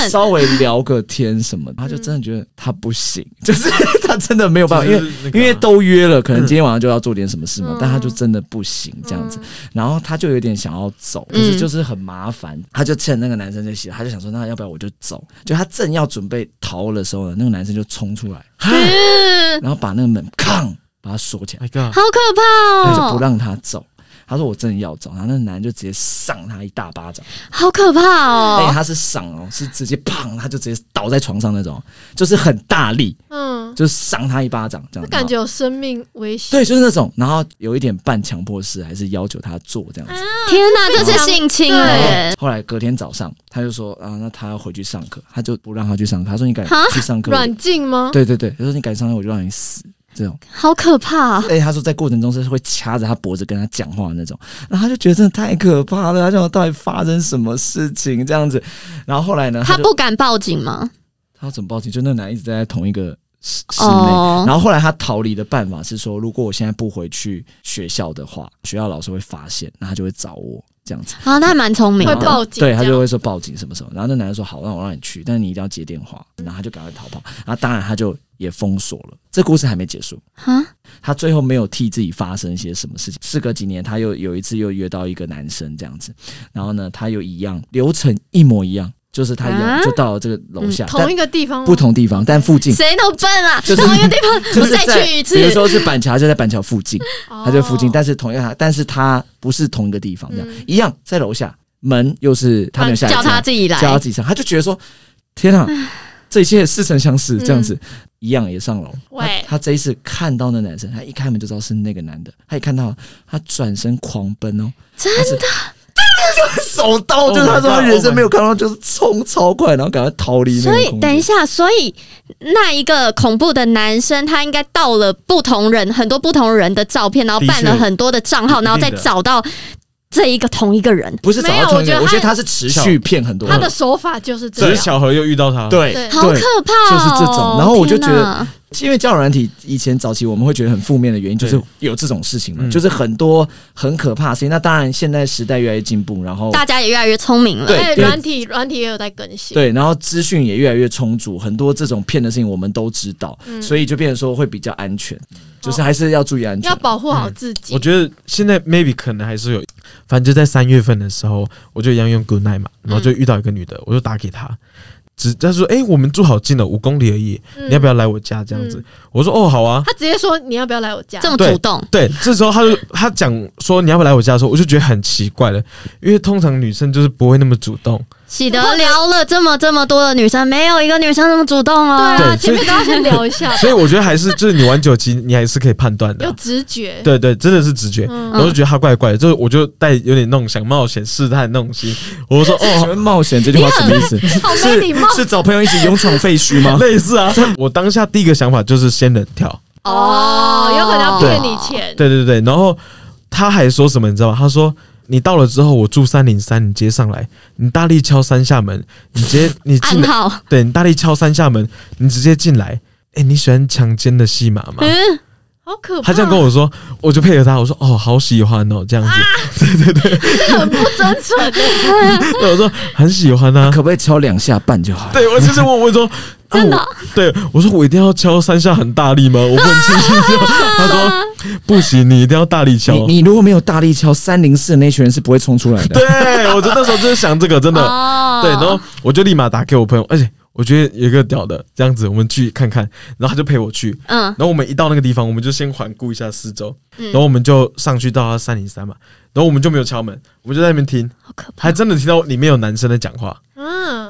Speaker 2: 灯。
Speaker 1: 稍微聊个天什么的，他就真的觉得他不行， 就是他真的没有办法，因为
Speaker 3: 就是那个啊
Speaker 1: 因为都约了，可能今天晚上就要做点什么事嘛，
Speaker 4: 嗯
Speaker 1: 但他就真的不行这样子，然后他就有点想要走，可是
Speaker 2: 嗯
Speaker 1: 就是很麻烦，他就趁那个男生在洗，他就想说那要不要我就走，就他正要准备逃的时候呢，那个男生就冲出来，
Speaker 2: 嗯，
Speaker 1: 然后把那个门哐把他锁起来，
Speaker 3: ，Oh ，My God，
Speaker 2: 好可
Speaker 1: 他
Speaker 2: 怕
Speaker 1: 就不
Speaker 2: 哦，
Speaker 1: 让他走。他说：“我真的要走。”然后那个男的就直接上他一大巴掌，
Speaker 2: 好可怕
Speaker 1: 而且
Speaker 2: 哦。
Speaker 1: 他是上哦，是直接砰，他就直接倒在床上那种，就是很大力，
Speaker 4: 嗯，
Speaker 1: 就是赏他一巴掌这样子，
Speaker 4: 这感觉有生命危险。
Speaker 1: 对，就是那种，然后有一点半强迫式，还是要求他做这样子。
Speaker 2: 天哪，这是性侵哎！
Speaker 1: 后来隔天早上，他就说啊，那他要回去上课，他就不让他去上课，他说你敢
Speaker 2: 哈
Speaker 1: 去上课，
Speaker 4: 软禁吗？
Speaker 1: 对对对，他说你敢上课，我就让你死。这种，
Speaker 2: 好可怕
Speaker 1: 而！且他说在过程中是会掐着他脖子跟他讲话的那种，然后他就觉得真的太可怕了，他想到底发生什么事情这样子，然后后来呢，
Speaker 2: 他
Speaker 1: 就
Speaker 2: 不敢报警吗？
Speaker 1: 他怎么报警？就那个男一直在同一个室室内，
Speaker 2: 哦
Speaker 1: 然后后来他逃离的办法是说，如果我现在不回去学校的话，学校老师会发现，那他就会找我这样子。
Speaker 2: 啊，那还蛮聪明
Speaker 4: 会
Speaker 1: 然后
Speaker 2: 的。
Speaker 4: 报警
Speaker 1: 对他
Speaker 4: 这样
Speaker 1: 就会说报警什么什么。然后那男的说好，那我让你去，但是你一定要接电话。然后他就赶快逃跑。然后当然他就也封锁了。这故事还没结束，
Speaker 2: 啊，
Speaker 1: 他最后没有替自己发生一些什么事情。事隔几年，他又有一次又约到一个男生这样子，然后呢，他又一样流程一模一样，就是他一样
Speaker 2: 啊
Speaker 1: 就到了这个楼下，啊但
Speaker 4: 嗯同一个地方吗
Speaker 1: 不，同地方，但 附近。
Speaker 2: 谁都笨啊！
Speaker 1: 就是
Speaker 2: 同一个地方，
Speaker 1: 就是
Speaker 2: 我再去一
Speaker 1: 比如
Speaker 2: 次。
Speaker 1: 说是板桥，就在板桥附近，
Speaker 4: 哦
Speaker 1: 它在附近，但是同样，但是它不是同一个地方，这样、
Speaker 4: 嗯
Speaker 1: 一样在楼下，门又是他没有下来
Speaker 2: 啊叫他自己来
Speaker 1: 叫他自己上，他就觉得说，天啊，这一切似曾相识，这样子、一样也上楼。
Speaker 4: 喂
Speaker 1: 他他这一次看到那男生，他一开门就知道是那个男的，他一看到他转身狂奔哦，
Speaker 2: 真
Speaker 1: 的。手刀
Speaker 3: Oh
Speaker 1: 就是他说
Speaker 3: my
Speaker 1: 他
Speaker 3: God,
Speaker 1: 人生没有看到，就是冲超快，然后赶快逃离那
Speaker 2: 所
Speaker 1: 个
Speaker 2: 以
Speaker 1: 空
Speaker 2: 等一
Speaker 1: 间。
Speaker 2: 下，所以那一个恐怖的男生，他应该盗了不同人很多不同人的照片，然后办了
Speaker 3: 的确
Speaker 2: 很多的账号，
Speaker 3: 一定的
Speaker 2: 然后再找到这一个同一个人，
Speaker 1: 不是找
Speaker 4: 没有
Speaker 1: 到同一个人，
Speaker 4: 我
Speaker 1: 我
Speaker 4: 觉
Speaker 1: 觉
Speaker 4: 得
Speaker 1: 得他是持续骗很多
Speaker 4: 他
Speaker 1: 人，
Speaker 4: 的手法就是
Speaker 3: 只
Speaker 4: 这
Speaker 3: 是
Speaker 4: 样。
Speaker 3: 巧合又遇到他，，
Speaker 1: 对啊
Speaker 4: 对
Speaker 2: 好可怕、哦！
Speaker 1: 就是这种然后我就觉得
Speaker 2: 天哪
Speaker 1: 因为交友软体以前早期我们会觉得很负面的原因，就是有这种事情嘛，
Speaker 3: 嗯
Speaker 1: 就是很多很可怕的事情。那当然，现在时代越来越进步，然后
Speaker 2: 大家也越来越聪明了。
Speaker 1: 对
Speaker 4: 哎，
Speaker 1: 对
Speaker 4: 软体软体也有在更新。
Speaker 1: 对，然后资讯也越来越充足，很多这种骗的事情我们都知道，
Speaker 4: 嗯
Speaker 1: 所以就变成说会比较安全，就是还是要注意安全
Speaker 4: 要。保护好自己
Speaker 3: 嗯我。觉得现在 maybe 可能还是有，反正就在三月份的时候，我就一样用 Good Night 嘛，
Speaker 4: 嗯
Speaker 3: 然后就遇到一个女的，我就打给她，只她说，哎、我们住好近哦，五公里而已，
Speaker 4: 嗯
Speaker 3: 你要不要来我家这样子？
Speaker 4: 嗯
Speaker 3: 我说，哦，好啊。
Speaker 4: 他直接说你要不要来我家？
Speaker 2: 这么主动，
Speaker 3: 对，这时候她就她讲说你要不要来我家的时候，我就觉得很奇怪了，因为通常女生就是不会那么主 动，
Speaker 2: 喜得聊了这么这么多的女生，没有一个女生那么主动
Speaker 4: 对
Speaker 2: 哦。
Speaker 4: 啊，
Speaker 3: 对
Speaker 4: 前面都要先聊一下，
Speaker 3: 所以我觉得还是就是你玩九级，你还是可以判断的
Speaker 4: 有
Speaker 3: 啊、
Speaker 4: 直觉。
Speaker 3: 对对，真的是直觉，
Speaker 4: 嗯
Speaker 3: 我就觉得她怪怪的，就是我就带有点那种想冒险试探那种心，我就说哦，
Speaker 1: 请问冒险这句话什么意 思？
Speaker 4: 好没礼貌
Speaker 1: 是找朋友一起勇闯废墟吗？
Speaker 3: 类似啊。我当下第一个想法就是先冷跳，
Speaker 4: 哦，有可能要骗你钱。
Speaker 3: 对对对。然后他还说什么，你知道吗？他说你到了之后，我住三零三，你直接上来，你大力敲三下门，你 直接你进
Speaker 2: 暗
Speaker 3: 来，
Speaker 2: 号，
Speaker 3: 对你大力敲三下门，你直接进来。哎、你喜欢强奸的戏码吗？
Speaker 2: 嗯，
Speaker 4: 好可怕！
Speaker 3: 他这样跟我说，我就配合他，我说哦，好喜欢哦，这样子。
Speaker 4: 啊这个很不真诚欸，
Speaker 3: 对，我说很喜欢啊。
Speaker 1: 可不可以敲两下半就好？
Speaker 3: 对，我就是我，我说，
Speaker 2: 真的
Speaker 3: 啊我对我说我一定要敲三下很大力吗？我问清楚。他说不行，你一定要大力敲。
Speaker 1: 你你如果没有大力敲三零四，那群人是不会冲出来的。
Speaker 3: 哦对，我就那时候就是想这个，真的。
Speaker 2: 哦
Speaker 3: 对，然后我就立马打给我朋友，而且我觉得有一个屌的，这样子我们去看看，然后他就陪我去，
Speaker 2: 嗯
Speaker 3: 然后我们一到那个地方，我们就先环顾一下四周，
Speaker 2: 嗯
Speaker 3: 然后我们就上去到他三零三嘛，然后我们就没有敲门，我们就在那边听，
Speaker 2: 好可怕
Speaker 3: 还真的听到里面有男生在讲话，
Speaker 4: 嗯，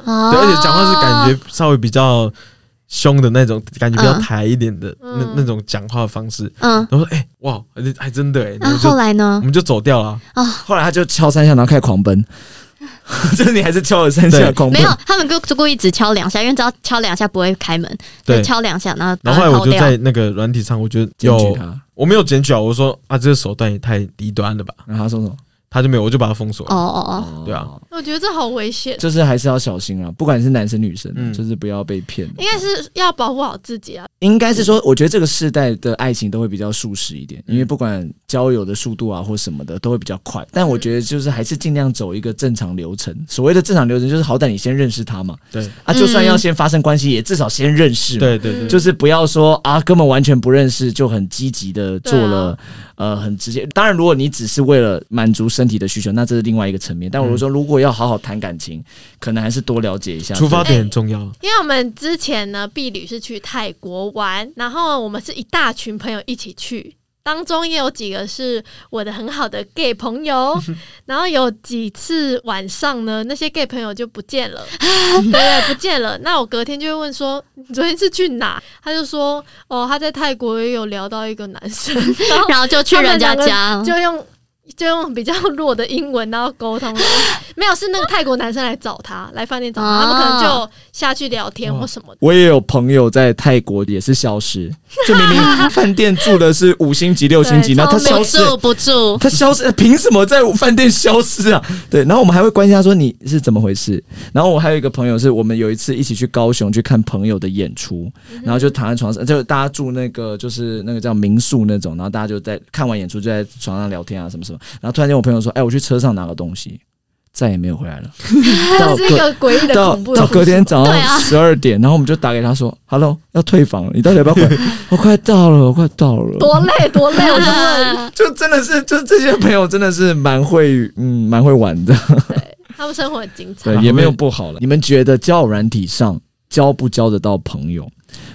Speaker 2: 哦
Speaker 3: 对，而且讲话是感觉稍微比较凶的那种，感觉比较抬一点的
Speaker 4: 嗯
Speaker 3: 那那种讲话方式，
Speaker 2: 嗯，
Speaker 3: 然后说哎、哇，还还真的哎、然
Speaker 2: 那
Speaker 3: 后
Speaker 2: 后
Speaker 3: 就
Speaker 2: 来呢
Speaker 3: 我？们就走掉了啊，
Speaker 1: 后来他就敲三下，然后开始狂奔。就是你还是敲了三下
Speaker 3: 对
Speaker 1: 狂奔
Speaker 2: 没有，，他们故故意只敲两下，因为只要敲两下不会开门，
Speaker 3: 对
Speaker 2: 就敲两下，然后把
Speaker 3: 然后后
Speaker 2: 它
Speaker 3: 来我
Speaker 2: 抛
Speaker 3: 就
Speaker 2: 掉。
Speaker 3: 在那个软体上，我觉得
Speaker 1: 检举
Speaker 3: 有
Speaker 1: 他，
Speaker 3: 我没有检举啊，我说啊，这个手段也太低端了吧。
Speaker 1: 然后他说什么？
Speaker 3: 他就没有，我就把他封锁
Speaker 2: 哦
Speaker 3: 了。
Speaker 1: 哦
Speaker 2: 哦
Speaker 3: 对啊，
Speaker 4: 我觉得这好危险，
Speaker 1: 就是还是要小心啊，不管是男生女生，
Speaker 3: 嗯
Speaker 1: 就是不要被骗。啊
Speaker 4: 应该是要保护好自己啊。
Speaker 1: 应该是说，我觉得这个世代的爱情都会比较速食一点，
Speaker 3: 嗯
Speaker 1: 因为不管交友的速度啊或什么的都会比较快。但我觉得就是还是尽量走一个正常流程。所谓的正常流程，就是好歹你先认识他嘛。
Speaker 3: 对
Speaker 1: 啊，就算要先发生关系，也至少先认识。。
Speaker 3: 嗯对对对，
Speaker 1: 就是不要说啊，根本完全不认识就很积极的做了，
Speaker 3: 啊
Speaker 1: 呃，很直接。当然，如果你只是为了满足身体的需求，那这是另外一个层面。但我
Speaker 3: 嗯
Speaker 1: 是说，如果要好好谈感情，可能还是多了解一下。
Speaker 3: 出发点很重要。
Speaker 4: 因为我们之前呢，婢旅是去泰国玩，然后我们是一大群朋友一起去，当中也有几个是我的很好的 gay 朋友，然后有几次晚上呢，那些 gay 朋友就不见了，对对，不见了。那我隔天就会问说，你昨天是去哪？他就说，哦，他在泰国也有聊到一个男生，然
Speaker 2: 哦，
Speaker 4: 后
Speaker 2: 然后就去人家家，
Speaker 4: 就用。就用比较弱的英文，然后沟 通，没有是那个泰国男生来找他，来饭店找他，他们可能就下去聊天
Speaker 1: 哦
Speaker 4: 或什么的。
Speaker 1: 我也有朋友在泰国也是消 失，就明明饭店住的是五星级、六星级，
Speaker 4: 对
Speaker 1: 然后他
Speaker 4: 超
Speaker 1: 消
Speaker 2: 不
Speaker 1: 失，
Speaker 2: 住不住，
Speaker 1: 他消失，凭什么在饭店消失啊？对，然后我们还会关心他说你是怎么回事。然后我还有一个朋友是我们有一次一起去高雄去看朋友的演出，
Speaker 4: 嗯
Speaker 1: 然后就躺在床上，就大家住那个就是那个叫民宿那种，然后大家就在看完演出就在床上聊天啊什么什么，然后突然间我朋友说，哎，我去车上拿个东西，再也没有回 来了。到
Speaker 4: 这是一个诡异的
Speaker 1: 到
Speaker 4: 恐怖的
Speaker 1: 到
Speaker 4: 故事
Speaker 1: 隔天早
Speaker 2: 对啊
Speaker 1: 上十二点，然后我们就打给他说：“Hello，要退房了，你到底要不要回来？ 我快到了，我快到了。”
Speaker 4: 多累多
Speaker 3: 哎
Speaker 4: 累，我就 问，
Speaker 1: 就真的是，就是这些朋友真的是蛮会，嗯，蛮会玩的，
Speaker 4: 对他们生活很精彩。
Speaker 1: 对，也没有不好了。你们觉得交友软体上交不交得到朋友？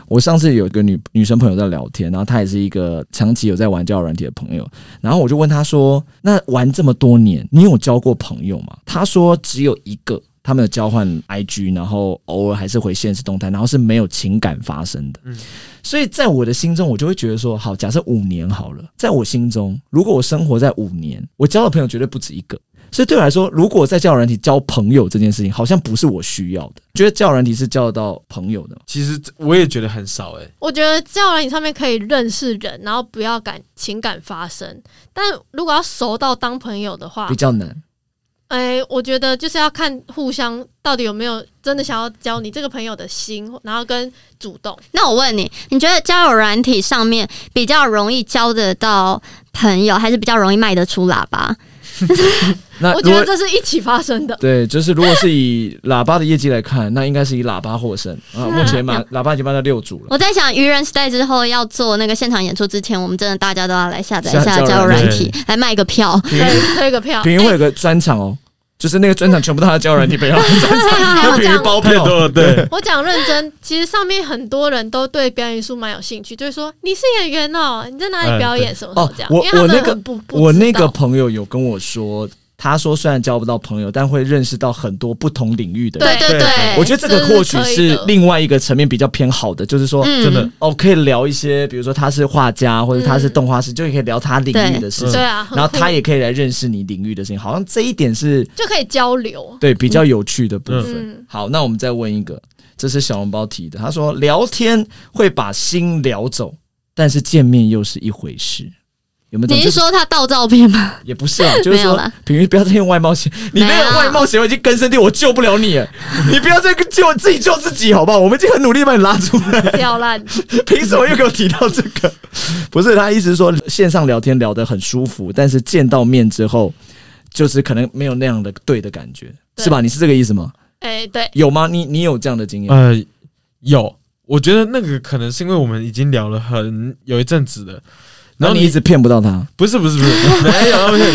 Speaker 1: 我上次有一个女女生朋友在聊天，然后她也是一个长期有在玩交友软体的朋友，然后我就问她说：“那玩这么多年，你有交过朋友吗？”她说只有一个，他们有交换 IG，然后偶尔还是回现实动态，然后是没有情感发生的。
Speaker 3: 嗯
Speaker 1: 所以在我的心中，我就会觉得说，好，假设五年好了，在我心中，如果我生活在五年，我交的朋友绝对不止一个。所以对我来说，如果在交友软体交朋友这件事情，好像不是我需要的。觉得交友软体是交得到朋友的吗，
Speaker 3: 其实我也觉得很少哎、
Speaker 4: 我觉得交友软件上面可以认识人，然后不要感情感发生。但如果要熟到当朋友的话
Speaker 1: 比，较难。
Speaker 4: 哎、我觉得就是要看互相到底有没有真的想要交你这个朋友的心，然后跟主动。
Speaker 2: 那我问你，你觉得交友软体上面比较容易交得到朋友，还是比较容易卖得出喇叭？
Speaker 1: 那
Speaker 4: 我
Speaker 1: 啊如
Speaker 4: 觉
Speaker 1: 果
Speaker 4: 得这是一起发生的。
Speaker 1: 对，就是如果是以喇叭的业绩来看，那应该是以喇叭获胜啊。目前 嘛，喇叭已经搬到六组
Speaker 4: 哦
Speaker 1: 了。
Speaker 2: 我在想，愚人时代之后要做那个现场演出之前，我们真的大家都要来下载一
Speaker 1: 下
Speaker 2: 下
Speaker 1: 交友
Speaker 2: 交友软
Speaker 3: 软
Speaker 2: 体
Speaker 3: 体，
Speaker 2: 来卖个票。
Speaker 4: 对，推个票。
Speaker 1: 品云会有个专场哦，就是那个专场全部都他交友软体朋友， 那品云包
Speaker 3: 太
Speaker 1: 票。
Speaker 3: 多了，对，
Speaker 4: 我讲认真，其实上面很多人都对表演艺术蛮有兴趣，就是说你是演员哦，你在哪里表演，什么什么这样。
Speaker 1: 哦我
Speaker 4: 因为他
Speaker 1: 我
Speaker 4: 们
Speaker 1: 那个
Speaker 4: 很不不
Speaker 1: 我
Speaker 4: 知
Speaker 1: 那个
Speaker 4: 道
Speaker 1: 朋友有跟我说，他说虽然交不到朋友，但会认识到很多不同领域的人。
Speaker 2: 对对
Speaker 3: 对
Speaker 2: 对，
Speaker 1: 我觉得这个
Speaker 4: 这是
Speaker 1: 或许
Speaker 4: 可以
Speaker 1: 是
Speaker 4: 的
Speaker 1: 另外一个层面比较偏好的，就是说，
Speaker 2: 嗯
Speaker 3: 真的
Speaker 1: 哦，可以聊一些，比如说他是画家，或者他是动画师，就可以聊他领
Speaker 2: 嗯
Speaker 1: 域的事情
Speaker 4: 对，啊，很
Speaker 1: 然后
Speaker 4: 酷
Speaker 1: 他也可以来认识你领域的事情，好像这一点是
Speaker 4: 就可以交流。
Speaker 1: 对比较有趣的部分。
Speaker 4: 嗯
Speaker 1: 好，那我们再问一个，这是小笼包提的，他说聊天会把心聊走，但是见面又是一回事。有没有这种？
Speaker 2: 你是说他盗照片吗？
Speaker 1: 也不是啊，就是
Speaker 2: 没有
Speaker 1: 说
Speaker 2: 啦，
Speaker 1: 品瑜不要再用外貌协，你那
Speaker 2: 没有啊
Speaker 1: 个外貌协会已经根深蒂，我救不了你了， 你不要再救自己救自己，好不好？我们已经很努力把你拉出来，
Speaker 4: 掉烂，
Speaker 1: 凭什么又给我提到这个？不是，他意思是说线上聊天聊得很舒服，但是见到面之后，就是可能没有那样的对的感觉，
Speaker 4: 对
Speaker 1: 是吧？你是这个意思吗？
Speaker 4: 哎、对，
Speaker 1: 有吗？你你有这样的经验？
Speaker 3: 呃，有，我觉得那个可能是因为我们已经聊了很有一阵子了，然
Speaker 1: 然后
Speaker 3: 后
Speaker 1: 你哦
Speaker 3: 你
Speaker 1: 一直骗不到他，
Speaker 3: 不是不是 不是没有没有，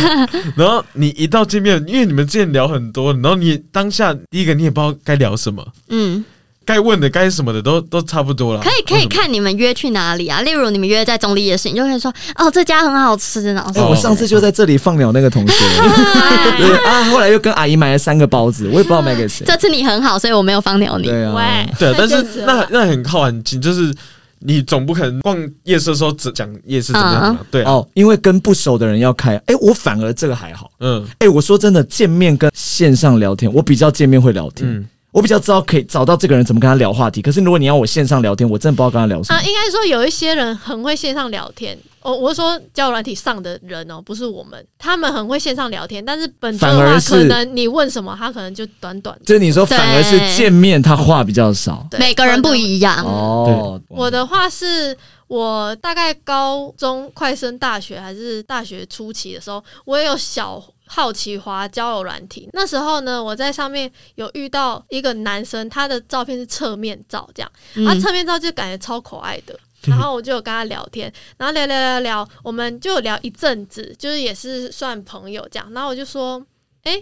Speaker 3: 然后你一到见面，因为你们之前聊很多，然后你当下第一个你也不知道该聊什么，
Speaker 2: 嗯，
Speaker 3: 该问的该什么的都都差不多了，
Speaker 2: 可以可以
Speaker 3: 啊为什么
Speaker 2: 看你们约去哪里啊？例如你们约在中立夜市，你就可以说哦，这家很好吃，然后
Speaker 1: 哎、
Speaker 2: 说
Speaker 1: 我上次就在这里放鸟那个 同学， 对啊，后来又跟阿姨买了三个包子，我也不知道买给谁。
Speaker 2: 这次你很好，所以我没有放鸟你。
Speaker 1: 对啊，
Speaker 4: 喂，
Speaker 3: 对，
Speaker 4: 太
Speaker 3: 但
Speaker 4: 真实
Speaker 3: 是
Speaker 4: 了
Speaker 3: 那那很靠感情，就是你总不可能逛夜市的时候只讲夜市怎么样嘛，
Speaker 2: 嗯
Speaker 3: 对啊，
Speaker 1: 哦，因为跟不熟的人要开，哎、我反而这个还好。
Speaker 3: 嗯
Speaker 1: 哎、我说真的，见面跟线上聊天，我比较见面会聊天，
Speaker 3: 嗯，
Speaker 1: 我比较知道可以找到这个人怎么跟他
Speaker 4: 啊
Speaker 1: 聊话题。可是如果你要我线上聊天，我真的不知道跟他聊什么。
Speaker 4: 啊，应该说有一些人很会线上聊天，哦，我是说交友软体上的人哦，不是我们，他们很会线上聊天，但是本周的
Speaker 1: 反而
Speaker 4: 话，
Speaker 1: 是
Speaker 4: 可能你问什么，他可能就短短的。
Speaker 1: 就你说反而是见面他话比较少
Speaker 4: 对
Speaker 2: 每个人不一
Speaker 4: 啊
Speaker 2: 样。
Speaker 1: 哦。
Speaker 4: 我的话是我大概高中快升大学还是大学初期的时候，我也有小好奇滑交友软体。那时候呢，我在上面有遇到一个男生，他的照片是侧面照，啊这样，他
Speaker 2: 嗯
Speaker 4: 侧面照就感觉超可爱的。然后我就有跟他聊天，然后聊聊聊聊，我们就有聊一阵子，就是也是算朋友这样。然后我就说，哎，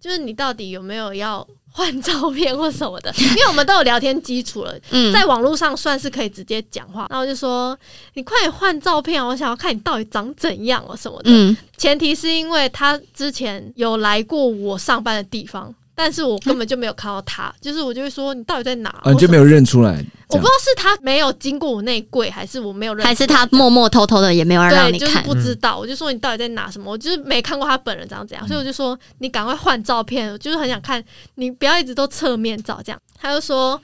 Speaker 4: 就是你到底有没有要换照片或什么的？因为我们都有聊天基础了，
Speaker 2: 嗯
Speaker 4: 在网络上算是可以直接讲话，然后我就说你快点换照片啊，我想要看你到底长怎样哦什么的。
Speaker 2: 嗯，
Speaker 4: 前提是因为他之前有来过我上班的地方，但是我根本就没有看到他，就是我就会说你到底在哪？
Speaker 1: 啊，你就没
Speaker 4: 有，
Speaker 1: 有认出来，
Speaker 4: 我不知道是他没有经过我那一柜，还是我没有认，
Speaker 2: 还是他默默偷偷的，也没有让
Speaker 4: 对，
Speaker 2: 你
Speaker 4: 就是
Speaker 2: 看。
Speaker 4: 不
Speaker 1: 嗯
Speaker 4: 知道，我就说你到底在拿什么，我就是没看过他本人长怎样，所以我就说你赶快换照片，我就是很想看你，不要一直都侧面照这样。他就说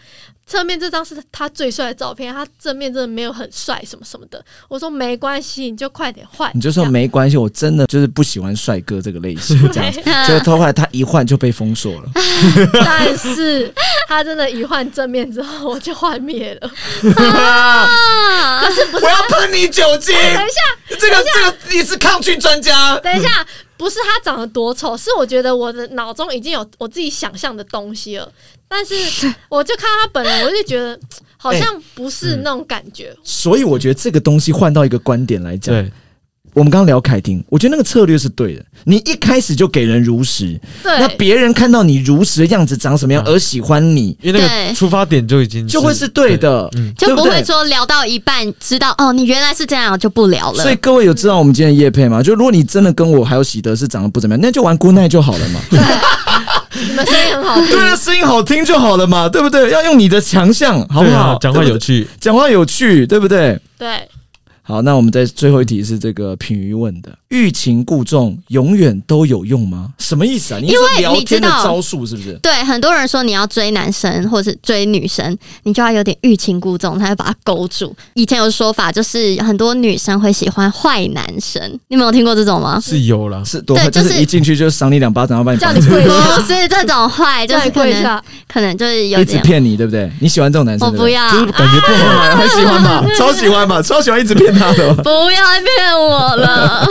Speaker 4: 侧面这张是他最帅的照片，他正面真的没有很帅什么什么的。我说没关系，你就快点换，
Speaker 1: 你就说
Speaker 4: 这样
Speaker 1: 没关系，我真的就是不喜欢帅哥这个类型，这样子。结果
Speaker 2: 嗯
Speaker 1: 他后来他一换就被封锁了，
Speaker 4: 但是他真的一换正面之后，我就幻灭了。
Speaker 2: 啊
Speaker 4: 可是不是
Speaker 1: 我
Speaker 4: 哎
Speaker 1: 要喷你酒精！
Speaker 4: 等一下，
Speaker 1: 这个这个你是抗拒专 家，
Speaker 4: 等一下，不是他长得多丑，是我觉得我的脑中已经有我自己想象的东西了。但 是我就看他本人，我就觉得好像不是那种感觉。
Speaker 1: 所以我觉得这个东西换到一个观点来讲，
Speaker 3: 对，
Speaker 1: 我们刚刚聊凯婷，我觉得那个策略是对的。你一开始就给人如实，那
Speaker 4: 对，
Speaker 1: 别人看到你如实的样子长什么样
Speaker 3: 嗯
Speaker 1: 而喜欢你，
Speaker 3: 因为那
Speaker 2: 对
Speaker 3: 个出发点就已经
Speaker 1: 就会是对，的。
Speaker 3: 嗯，
Speaker 2: 就不
Speaker 1: 对不
Speaker 2: 会
Speaker 1: 对
Speaker 2: 说聊到一半知道哦，你原来是这样，就不聊了
Speaker 1: 所以。各位有知道我们今天的叶配吗？就如果你真的跟我还有喜德是长得不怎么样，那就玩 Good Night 就好了 嘛。
Speaker 4: 你们声音很好听
Speaker 1: 对，啊，声音好听就好了嘛，对不对？要用你的强项，好不
Speaker 3: 对
Speaker 1: 好
Speaker 3: 啊？讲话
Speaker 1: 对不
Speaker 3: 有
Speaker 1: 对
Speaker 3: 趣，
Speaker 1: 讲话有趣，对不对？
Speaker 4: 对，
Speaker 1: 好，那我们在最后一题是这个品瑜问的：欲擒故纵永远都有用吗？什么意思啊？你是说
Speaker 2: 因为
Speaker 1: 聊
Speaker 2: 你知
Speaker 1: 天的
Speaker 2: 道
Speaker 1: 招数是不是？
Speaker 2: 对，很多人说你要追男生或是追女生，你就要有点欲擒故纵，才会把他勾住。以前有说法，就是很多女生会喜欢坏男生，你们有听过这种 吗？
Speaker 3: 是有啦，
Speaker 1: 是多
Speaker 2: 对
Speaker 1: 就
Speaker 2: 就
Speaker 1: 是是一进去就赏你两巴掌，要把你
Speaker 4: 叫
Speaker 1: 绑
Speaker 4: 你
Speaker 1: 住
Speaker 4: 跪
Speaker 2: 不
Speaker 4: 下，
Speaker 2: 是哦这种坏，就
Speaker 4: 叫
Speaker 2: 是
Speaker 4: 你
Speaker 2: 可
Speaker 4: 跪
Speaker 2: 能
Speaker 4: 下。
Speaker 2: 可能就是有
Speaker 1: 一直
Speaker 2: 点，
Speaker 1: 骗你，对不对？你喜欢这种男生？
Speaker 2: 我不
Speaker 1: 对
Speaker 2: 要，
Speaker 3: 就是感觉
Speaker 1: 不
Speaker 3: 不
Speaker 1: 对。
Speaker 3: 好。
Speaker 1: 哇很喜欢吧，超喜欢吧，超喜欢一直骗他的吧。
Speaker 2: 不要再骗我了。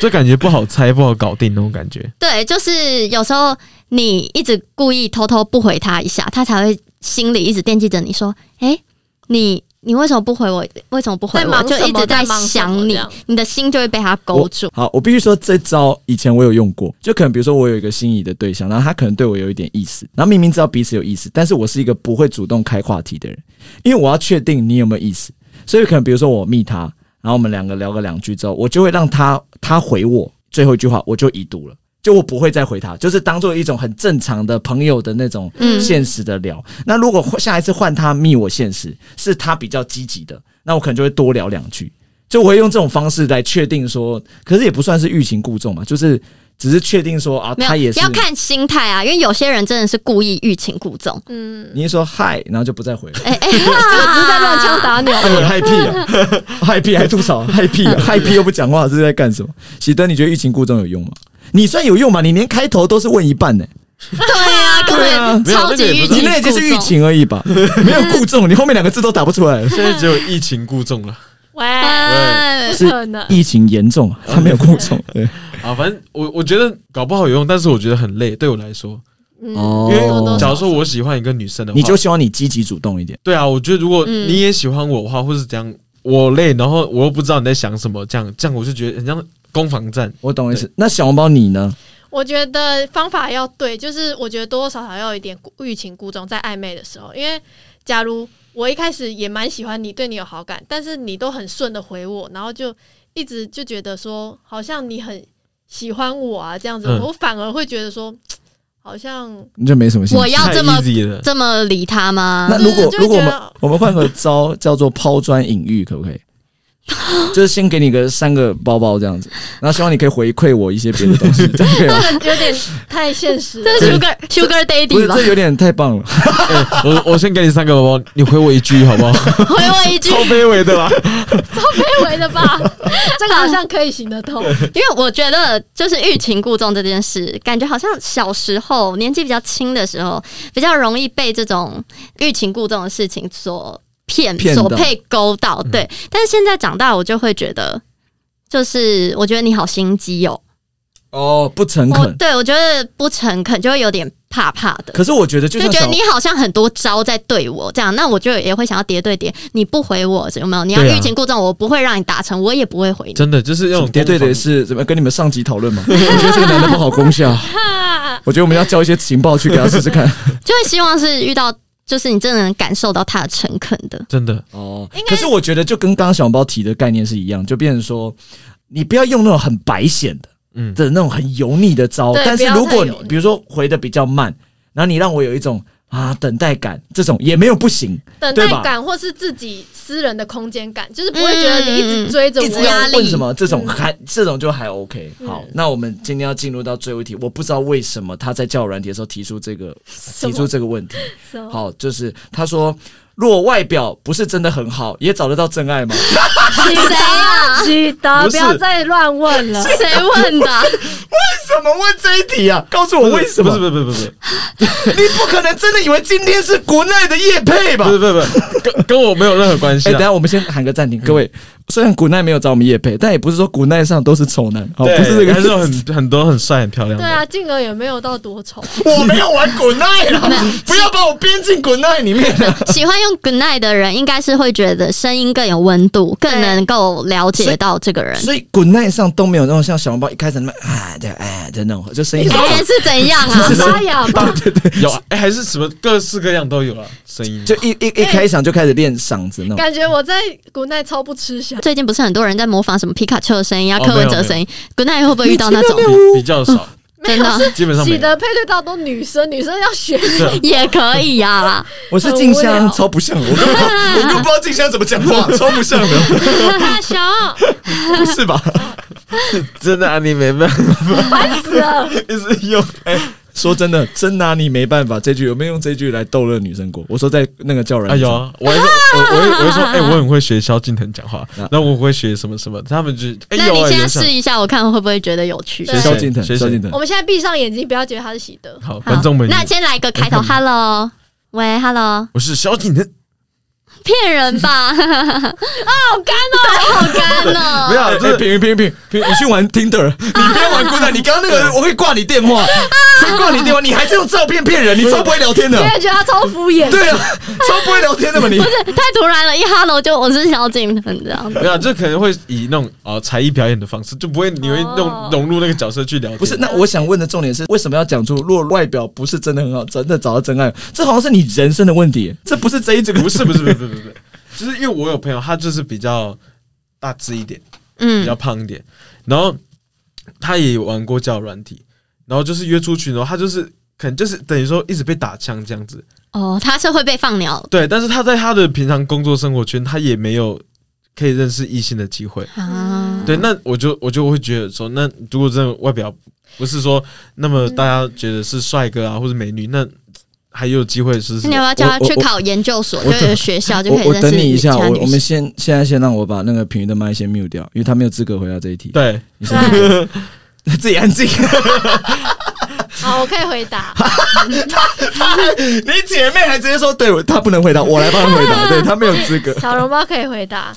Speaker 3: 就感觉不好猜，不好搞定那种 感觉。
Speaker 2: 对，就是有时候你一直故意偷偷不回他一下，他才会心里一直惦记着你说：“诶，你你为什么不回我？为什么不回
Speaker 4: 在
Speaker 2: 我？”
Speaker 4: 忙
Speaker 2: 就
Speaker 4: 什
Speaker 2: 一
Speaker 4: 么
Speaker 2: 直
Speaker 4: 在忙什么
Speaker 2: 想
Speaker 4: 这
Speaker 2: 你
Speaker 4: 样，
Speaker 2: 你的心就会被他勾住。
Speaker 1: 好，我必须说这招以前我有用过，就可能比如说我有一个心仪的对象，然后他可能对我有一点意思，然后明明知道彼此有意思，但是我是一个不会主动开话题的人，因为我要确定你有没有意思，所以可能比如说我密他，然后我们两个聊个两句之后，我就会让他他回我最后一句话，我就已读了。就我不会再回他，就是当做一种很正常的朋友的那种
Speaker 2: 嗯
Speaker 1: 现实的聊。那如果下一次换他密我现实，是他比较积极的，那我可能就会多聊两句。就我会用这种方式来确定说，可是也不算是欲擒故纵嘛，就是只是确定说啊，
Speaker 2: 没
Speaker 1: 他也
Speaker 2: 有，
Speaker 1: 是
Speaker 2: 要。看心态啊，因为有些人真的是故意欲擒故纵。
Speaker 4: 嗯，
Speaker 1: 你一说嗨，然后就不再回了，
Speaker 2: 哎、哎，
Speaker 4: 我只
Speaker 2: 只
Speaker 4: 是在乱枪。打鸟。
Speaker 1: 哎 嗨屁啊， 嗨屁还吐槽，嗨屁 啊，嗨屁又不讲话，这是在干什么？喜登，你觉得欲擒故纵有用吗？你算有用吗？你连开头都是问一半呢、
Speaker 2: 对啊，根
Speaker 1: 对啊
Speaker 2: 本
Speaker 3: 没有
Speaker 2: 超级
Speaker 3: 那个也
Speaker 2: 欲
Speaker 3: 不
Speaker 1: 你
Speaker 2: 擒
Speaker 1: 那也就是欲
Speaker 2: 故纵。
Speaker 1: 擒而已 吧，没有故纵，你后面两个字都打不出来。
Speaker 3: 现在只有疫情故纵了
Speaker 4: 喂，
Speaker 2: 哎
Speaker 4: 不可能，
Speaker 1: 疫情严重， 他没有故纵。对
Speaker 3: 啊！反正我我觉得搞不好有用，但是我觉得很累，对我来说，
Speaker 4: 嗯，
Speaker 1: 哦
Speaker 3: 因为
Speaker 4: 多多
Speaker 3: 假
Speaker 4: 少
Speaker 3: 如说我喜欢一个女生的话，
Speaker 1: 你就希望你积极主动一点。
Speaker 3: 对啊，我觉得如果
Speaker 2: 嗯
Speaker 3: 你也喜欢我的话，或是怎样，我累，然后我又不知道你在想什么，这样这样我就觉得很像攻防战。
Speaker 1: 我懂意思。那小红包你呢？
Speaker 4: 我觉得方法要对，就是我觉得多多少少要有一点欲擒故纵，在暧昧的时候，因为假如我一开始也蛮喜欢你，对你有好感，但是你都很顺的回我，然后就一直就觉得说好像你很喜欢我啊这样子，
Speaker 3: 嗯
Speaker 4: 我反而会觉得说好像
Speaker 1: 你就没什么兴趣
Speaker 2: 我。要
Speaker 3: 太
Speaker 2: 这么
Speaker 3: easy 了，
Speaker 2: 这么理他吗
Speaker 1: 那？如果
Speaker 4: 啊就是
Speaker 1: 如
Speaker 4: 就会
Speaker 1: 果我
Speaker 4: 觉
Speaker 1: 们
Speaker 4: 得
Speaker 1: 我们换个招叫做抛砖引玉，可不可以？就是先给你个三个包包这样子，然后希望你可以回馈我一些别的东西，这样可以吗？
Speaker 4: 有点太现实了
Speaker 2: 这。是 Sugar Sugar
Speaker 1: 不
Speaker 2: Daddy
Speaker 1: 是，
Speaker 2: 吧
Speaker 1: 这？有点太棒了。
Speaker 3: 哎我我先给你三个包包，你回我一句 好不好？
Speaker 2: 回我一句
Speaker 3: 超，卑微的啦，
Speaker 4: 卑微的吧，这个好像可以行得通。
Speaker 2: 因为我觉得就是欲擒故纵这件事，感觉好像小时候年纪比较轻的时候，比较容易被这种欲擒故纵的事情所骗、
Speaker 1: 骗嗯到
Speaker 2: 所被勾到。对，但是现在长大，我就会觉得，就是我觉得你好心机哦，
Speaker 1: 哦，不诚
Speaker 2: 我
Speaker 1: 恳。
Speaker 2: 对我觉得不诚恳，就会有点怕怕的。
Speaker 1: 可是我觉得，就
Speaker 2: 就
Speaker 1: 像
Speaker 2: 觉得
Speaker 1: 小
Speaker 2: 你好像很多招在对我这样，那我就也会想要叠对叠，你不回我有没有？你要
Speaker 3: 对啊
Speaker 2: 欲擒故纵，我不会让你达成，我也不会回你。
Speaker 3: 真的就是那
Speaker 1: 这
Speaker 3: 种
Speaker 1: 种叠对
Speaker 3: 攻
Speaker 1: 的
Speaker 3: 防
Speaker 1: 是怎么跟你们上级讨论嘛？ 我觉得这个男的不好 功效，我觉得我们要交一些情报去给他试试看。
Speaker 2: 就会希望是遇到，就是你真的能感受到他的诚恳 的。
Speaker 3: 真的
Speaker 1: 哦
Speaker 4: 应，
Speaker 1: 可
Speaker 4: 该
Speaker 1: 是我觉得就跟刚刚小红包提的概念是一样，就变成说，你不要用那种很白显的，
Speaker 3: 嗯
Speaker 1: 的那种很油腻的招。
Speaker 4: 对
Speaker 1: 但是
Speaker 4: 不要
Speaker 1: 如果
Speaker 4: 太
Speaker 1: 你
Speaker 4: 油腻
Speaker 1: 比如说回的比较慢，然后你让我有一种啊等待感，这种也没有不行。
Speaker 4: 等
Speaker 1: 对
Speaker 4: 待
Speaker 1: 吧
Speaker 4: 感或是自己私人的空间感，就是不会觉得你一直追着
Speaker 1: 一直
Speaker 4: 我。
Speaker 1: 要
Speaker 2: 压力
Speaker 1: 问什么这种
Speaker 4: 嗯
Speaker 1: 还这种就还 OK。好
Speaker 4: 嗯，
Speaker 1: 那我们今天要进入到最后一题，我不知道为什么他在交友软体的时候提出这个提
Speaker 4: 么
Speaker 1: 出这个问题。
Speaker 4: 什么
Speaker 1: 好，就是他说。若外表不是真的很好，也找得到真爱吗？
Speaker 2: 谁 啊？
Speaker 4: 记得
Speaker 3: 不是
Speaker 4: 不要再乱问了。
Speaker 2: 谁问的？
Speaker 1: 怎么问这一题啊？告诉我为什么？
Speaker 3: 不是不是不是不是
Speaker 1: 你不可能真的以为今天是国内的夜配吧
Speaker 3: 不？是不是不是，跟跟我没有任何关
Speaker 1: 哎、
Speaker 3: 系
Speaker 1: 等一
Speaker 3: 啊。
Speaker 1: 下我们先喊个暂停，各位。虽然古奈没有找我们夜配，但也不是说古奈上都是丑男，好，
Speaker 3: 对
Speaker 1: 不是这个
Speaker 3: 哦还是有很 很多很帅很漂亮
Speaker 4: 对
Speaker 3: 的。
Speaker 4: 啊，静儿也没有到多丑，
Speaker 1: 我没有玩古奈啦， 不要把我编进古奈里面了。
Speaker 2: 喜欢用 good night 的人，应该是会觉得声音更有温度，更能够了解到这个人。
Speaker 1: 所以古奈上都没有那种像小笼包一开始那么啊对哎的那种，就声音很
Speaker 2: 别
Speaker 3: 哦
Speaker 1: 大
Speaker 2: 人是怎样啊
Speaker 4: 好？沙哑吧？
Speaker 3: 有啊，哎还是什么各式各样都有啊，声音
Speaker 1: 就一一一开场就开始练嗓子那种。
Speaker 4: 感觉我在国内超不吃香。
Speaker 2: 最近不是很多人在模仿什么皮卡丘的声音啊、
Speaker 3: 哦
Speaker 2: 柯文哲的声音，good night 会不会遇到那种？
Speaker 3: 比比较少，
Speaker 2: 真的
Speaker 3: 基本上没
Speaker 4: 喜
Speaker 3: 有。
Speaker 4: 德配对到都女生，女生要学
Speaker 3: 对啊
Speaker 2: 也可以 啊。
Speaker 1: 我是静
Speaker 4: 很无
Speaker 1: 香，
Speaker 4: 聊
Speaker 1: 超不像，我根本 不我根本不知道静香怎么讲话，超不像的，
Speaker 4: 大小，
Speaker 1: 不是吧？
Speaker 3: 真的啊，你没办法，
Speaker 4: 烦死 了！
Speaker 3: 一直用哎
Speaker 1: 说真的，真拿你没办法。这句有没有用这句来逗乐女生过？我说在那个叫人，
Speaker 3: 哎呦，我还说我我会我会说哎，我很会学萧敬腾讲话，然后我会学什么什么，他们就哎
Speaker 2: 那
Speaker 3: 有
Speaker 2: 你
Speaker 3: 啊
Speaker 2: 现在
Speaker 3: 有像
Speaker 2: 试一下，我看会不会觉得有趣？
Speaker 4: 对
Speaker 1: 萧敬腾，
Speaker 3: 谁
Speaker 1: 萧敬腾
Speaker 4: 我，们现在闭上眼睛，不要觉得他是喜德。
Speaker 3: 好
Speaker 2: 好
Speaker 3: 观众们，
Speaker 2: 那先来个开头，Hello，喂，Hello，
Speaker 3: 我是萧敬腾，
Speaker 2: 骗人吧？ 啊，好干哦，好干 哦。
Speaker 3: 没有，啊
Speaker 1: 哎
Speaker 3: 这
Speaker 1: 平平平平，你去玩 Tinder，你不要玩孤单，你刚刚那个我可以挂你电话，可以挂你电话，你还是用照片骗人，你超不会聊天的
Speaker 4: 我，也觉得他超敷衍，
Speaker 1: 对啊，超不会聊天的嘛你。
Speaker 2: 太突然了，一 hello 就我是萧敬腾这样子。
Speaker 3: 没有，啊这可能会以那种呃才艺表演的方式，就不会你会
Speaker 4: 哦
Speaker 3: 弄融入那个角色去聊天。
Speaker 1: 不是，那我想问的重点是，为什么要讲出若外表不是真的很好，真的找到真爱？这好像是你人生的问题，这不是这一这个
Speaker 3: 不是不是不是不是不是，就是因为我有朋友，他就是比较大只一点，比较
Speaker 2: 嗯，
Speaker 3: 胖一点，然后他也玩过交友软体，然后就是约出去，然后他就是可能就是等于说一直被打枪这样子，
Speaker 2: 哦，他是会被放鸟
Speaker 3: 对，但是他在他的平常工作生活圈，他也没有可以认识异性的机会。
Speaker 2: 啊。
Speaker 3: 对，那我就我就会觉得说，那如果真的外表不是说那么大家觉得是帅哥啊或者美女，那还有机会是
Speaker 2: 那你要不要叫他去考研究所，就有学校就可以
Speaker 1: 我我
Speaker 2: 认识
Speaker 1: 等你一
Speaker 2: 其
Speaker 1: 下，
Speaker 2: 他
Speaker 1: 我
Speaker 2: 女
Speaker 1: 我们
Speaker 2: 生？
Speaker 1: 先现在先让我把那个平鱼的麦先 mute 掉，因为他没有资格回答这一题。
Speaker 3: 对，
Speaker 1: 你先
Speaker 4: 哎
Speaker 1: 自己安静。
Speaker 4: 好，我可以回答。
Speaker 1: 你姐妹还直接说，对我她不能回答，我来帮她回 答，对她没有资格。
Speaker 4: 小笼包可以回答。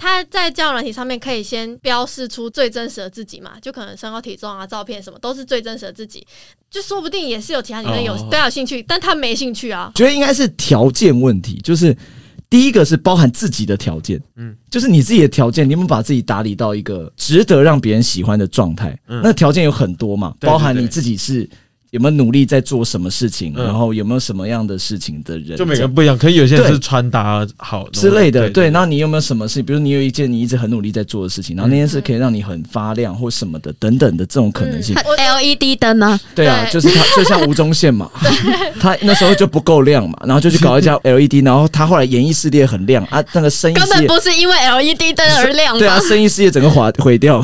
Speaker 4: 他在交友软体上面可以先标示出最真实的自己嘛，就可能身高、体重啊、照片什么都是最真实的自己，就说不定也是有其他女生有
Speaker 3: 哦
Speaker 4: 对他有兴趣，但他没兴趣啊。
Speaker 1: 觉得应该是条件问题，就是第一个是包含自己的条件，嗯
Speaker 3: 嗯，
Speaker 1: 就是你自己的条件，你有没有把自己打理到一个值得让别人喜欢的状态？
Speaker 3: 嗯
Speaker 1: 那条件有很多嘛，
Speaker 3: 对对
Speaker 1: 包含
Speaker 3: 对
Speaker 1: 你自己是。有没有努力在做什么事情，
Speaker 3: 嗯
Speaker 1: 然后有没有什么样的事情的人，
Speaker 3: 就每个人不一样，可能有些人
Speaker 1: 对
Speaker 3: 是穿搭好
Speaker 1: 之类的，对。
Speaker 3: 对，
Speaker 1: 然后你有没有什么事？比如你有一件你一直很努力在做的事情，然后那件事可以让你很发亮或什么的，等等的这种可能性。
Speaker 4: 我
Speaker 2: LED E 灯吗？
Speaker 1: 对啊，
Speaker 4: 对
Speaker 1: 就是他，就像吴宗宪嘛， 他那时候就不够亮嘛，然后就去搞一家 LED，然后他后来演艺事业很亮啊，那个生意
Speaker 2: 根
Speaker 1: 事
Speaker 2: 本
Speaker 1: 业
Speaker 2: 不是因为 LED 灯而亮
Speaker 1: 对啊，
Speaker 2: 吧？
Speaker 1: 生意事业整个垮毁掉。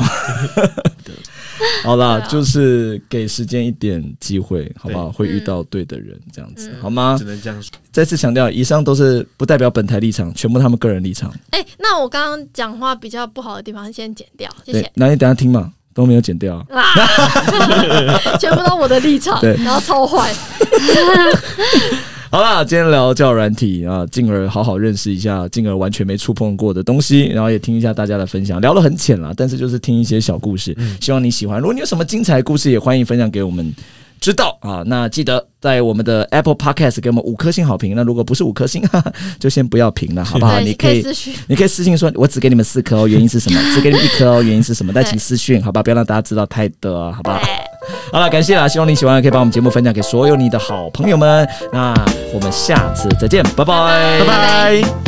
Speaker 1: 好啦，
Speaker 4: 对啊
Speaker 1: 就是给时间一点机会，好不好？会遇到对的人，这样子好吗
Speaker 3: 只？能这样说。
Speaker 1: 再次强调，以上都是不代表本台立场，全部他们个人立场。
Speaker 4: 哎、那我刚刚讲话比较不好的地方先剪掉，谢
Speaker 1: 对
Speaker 4: 谢，。
Speaker 1: 那你等一下听嘛，都没有剪掉啊。
Speaker 4: 啊， 全部都我的立场
Speaker 1: 对，
Speaker 4: 然后超坏。
Speaker 1: 好啦，今天聊教软体啊，进而好好认识一下，进而完全没触碰过的东西，然后也听一下大家的分享，聊得很浅啦，但是就是听一些小故事，希望你喜欢。如果你有什么精彩的故事，也欢迎分享给我们知道啊。那记得在我们的 Apple Podcast 给我们五颗星好评。那如果不是五颗星，哈哈，就先不要评了，好不好？
Speaker 4: 对，
Speaker 1: 你
Speaker 4: 可
Speaker 1: 可以
Speaker 4: 私讯。
Speaker 1: 你可以私信说，我只给你们四颗哦，原因是什么？只给你们一颗哦，原因是什么？但请私讯，好吧，不要让大家知道太多，好吧？好了，感谢啦，希望你喜欢，可以把我们节目分享给所有你的好朋友们。那我们下次再见，拜拜，
Speaker 4: 拜
Speaker 2: 拜
Speaker 4: 拜
Speaker 1: 拜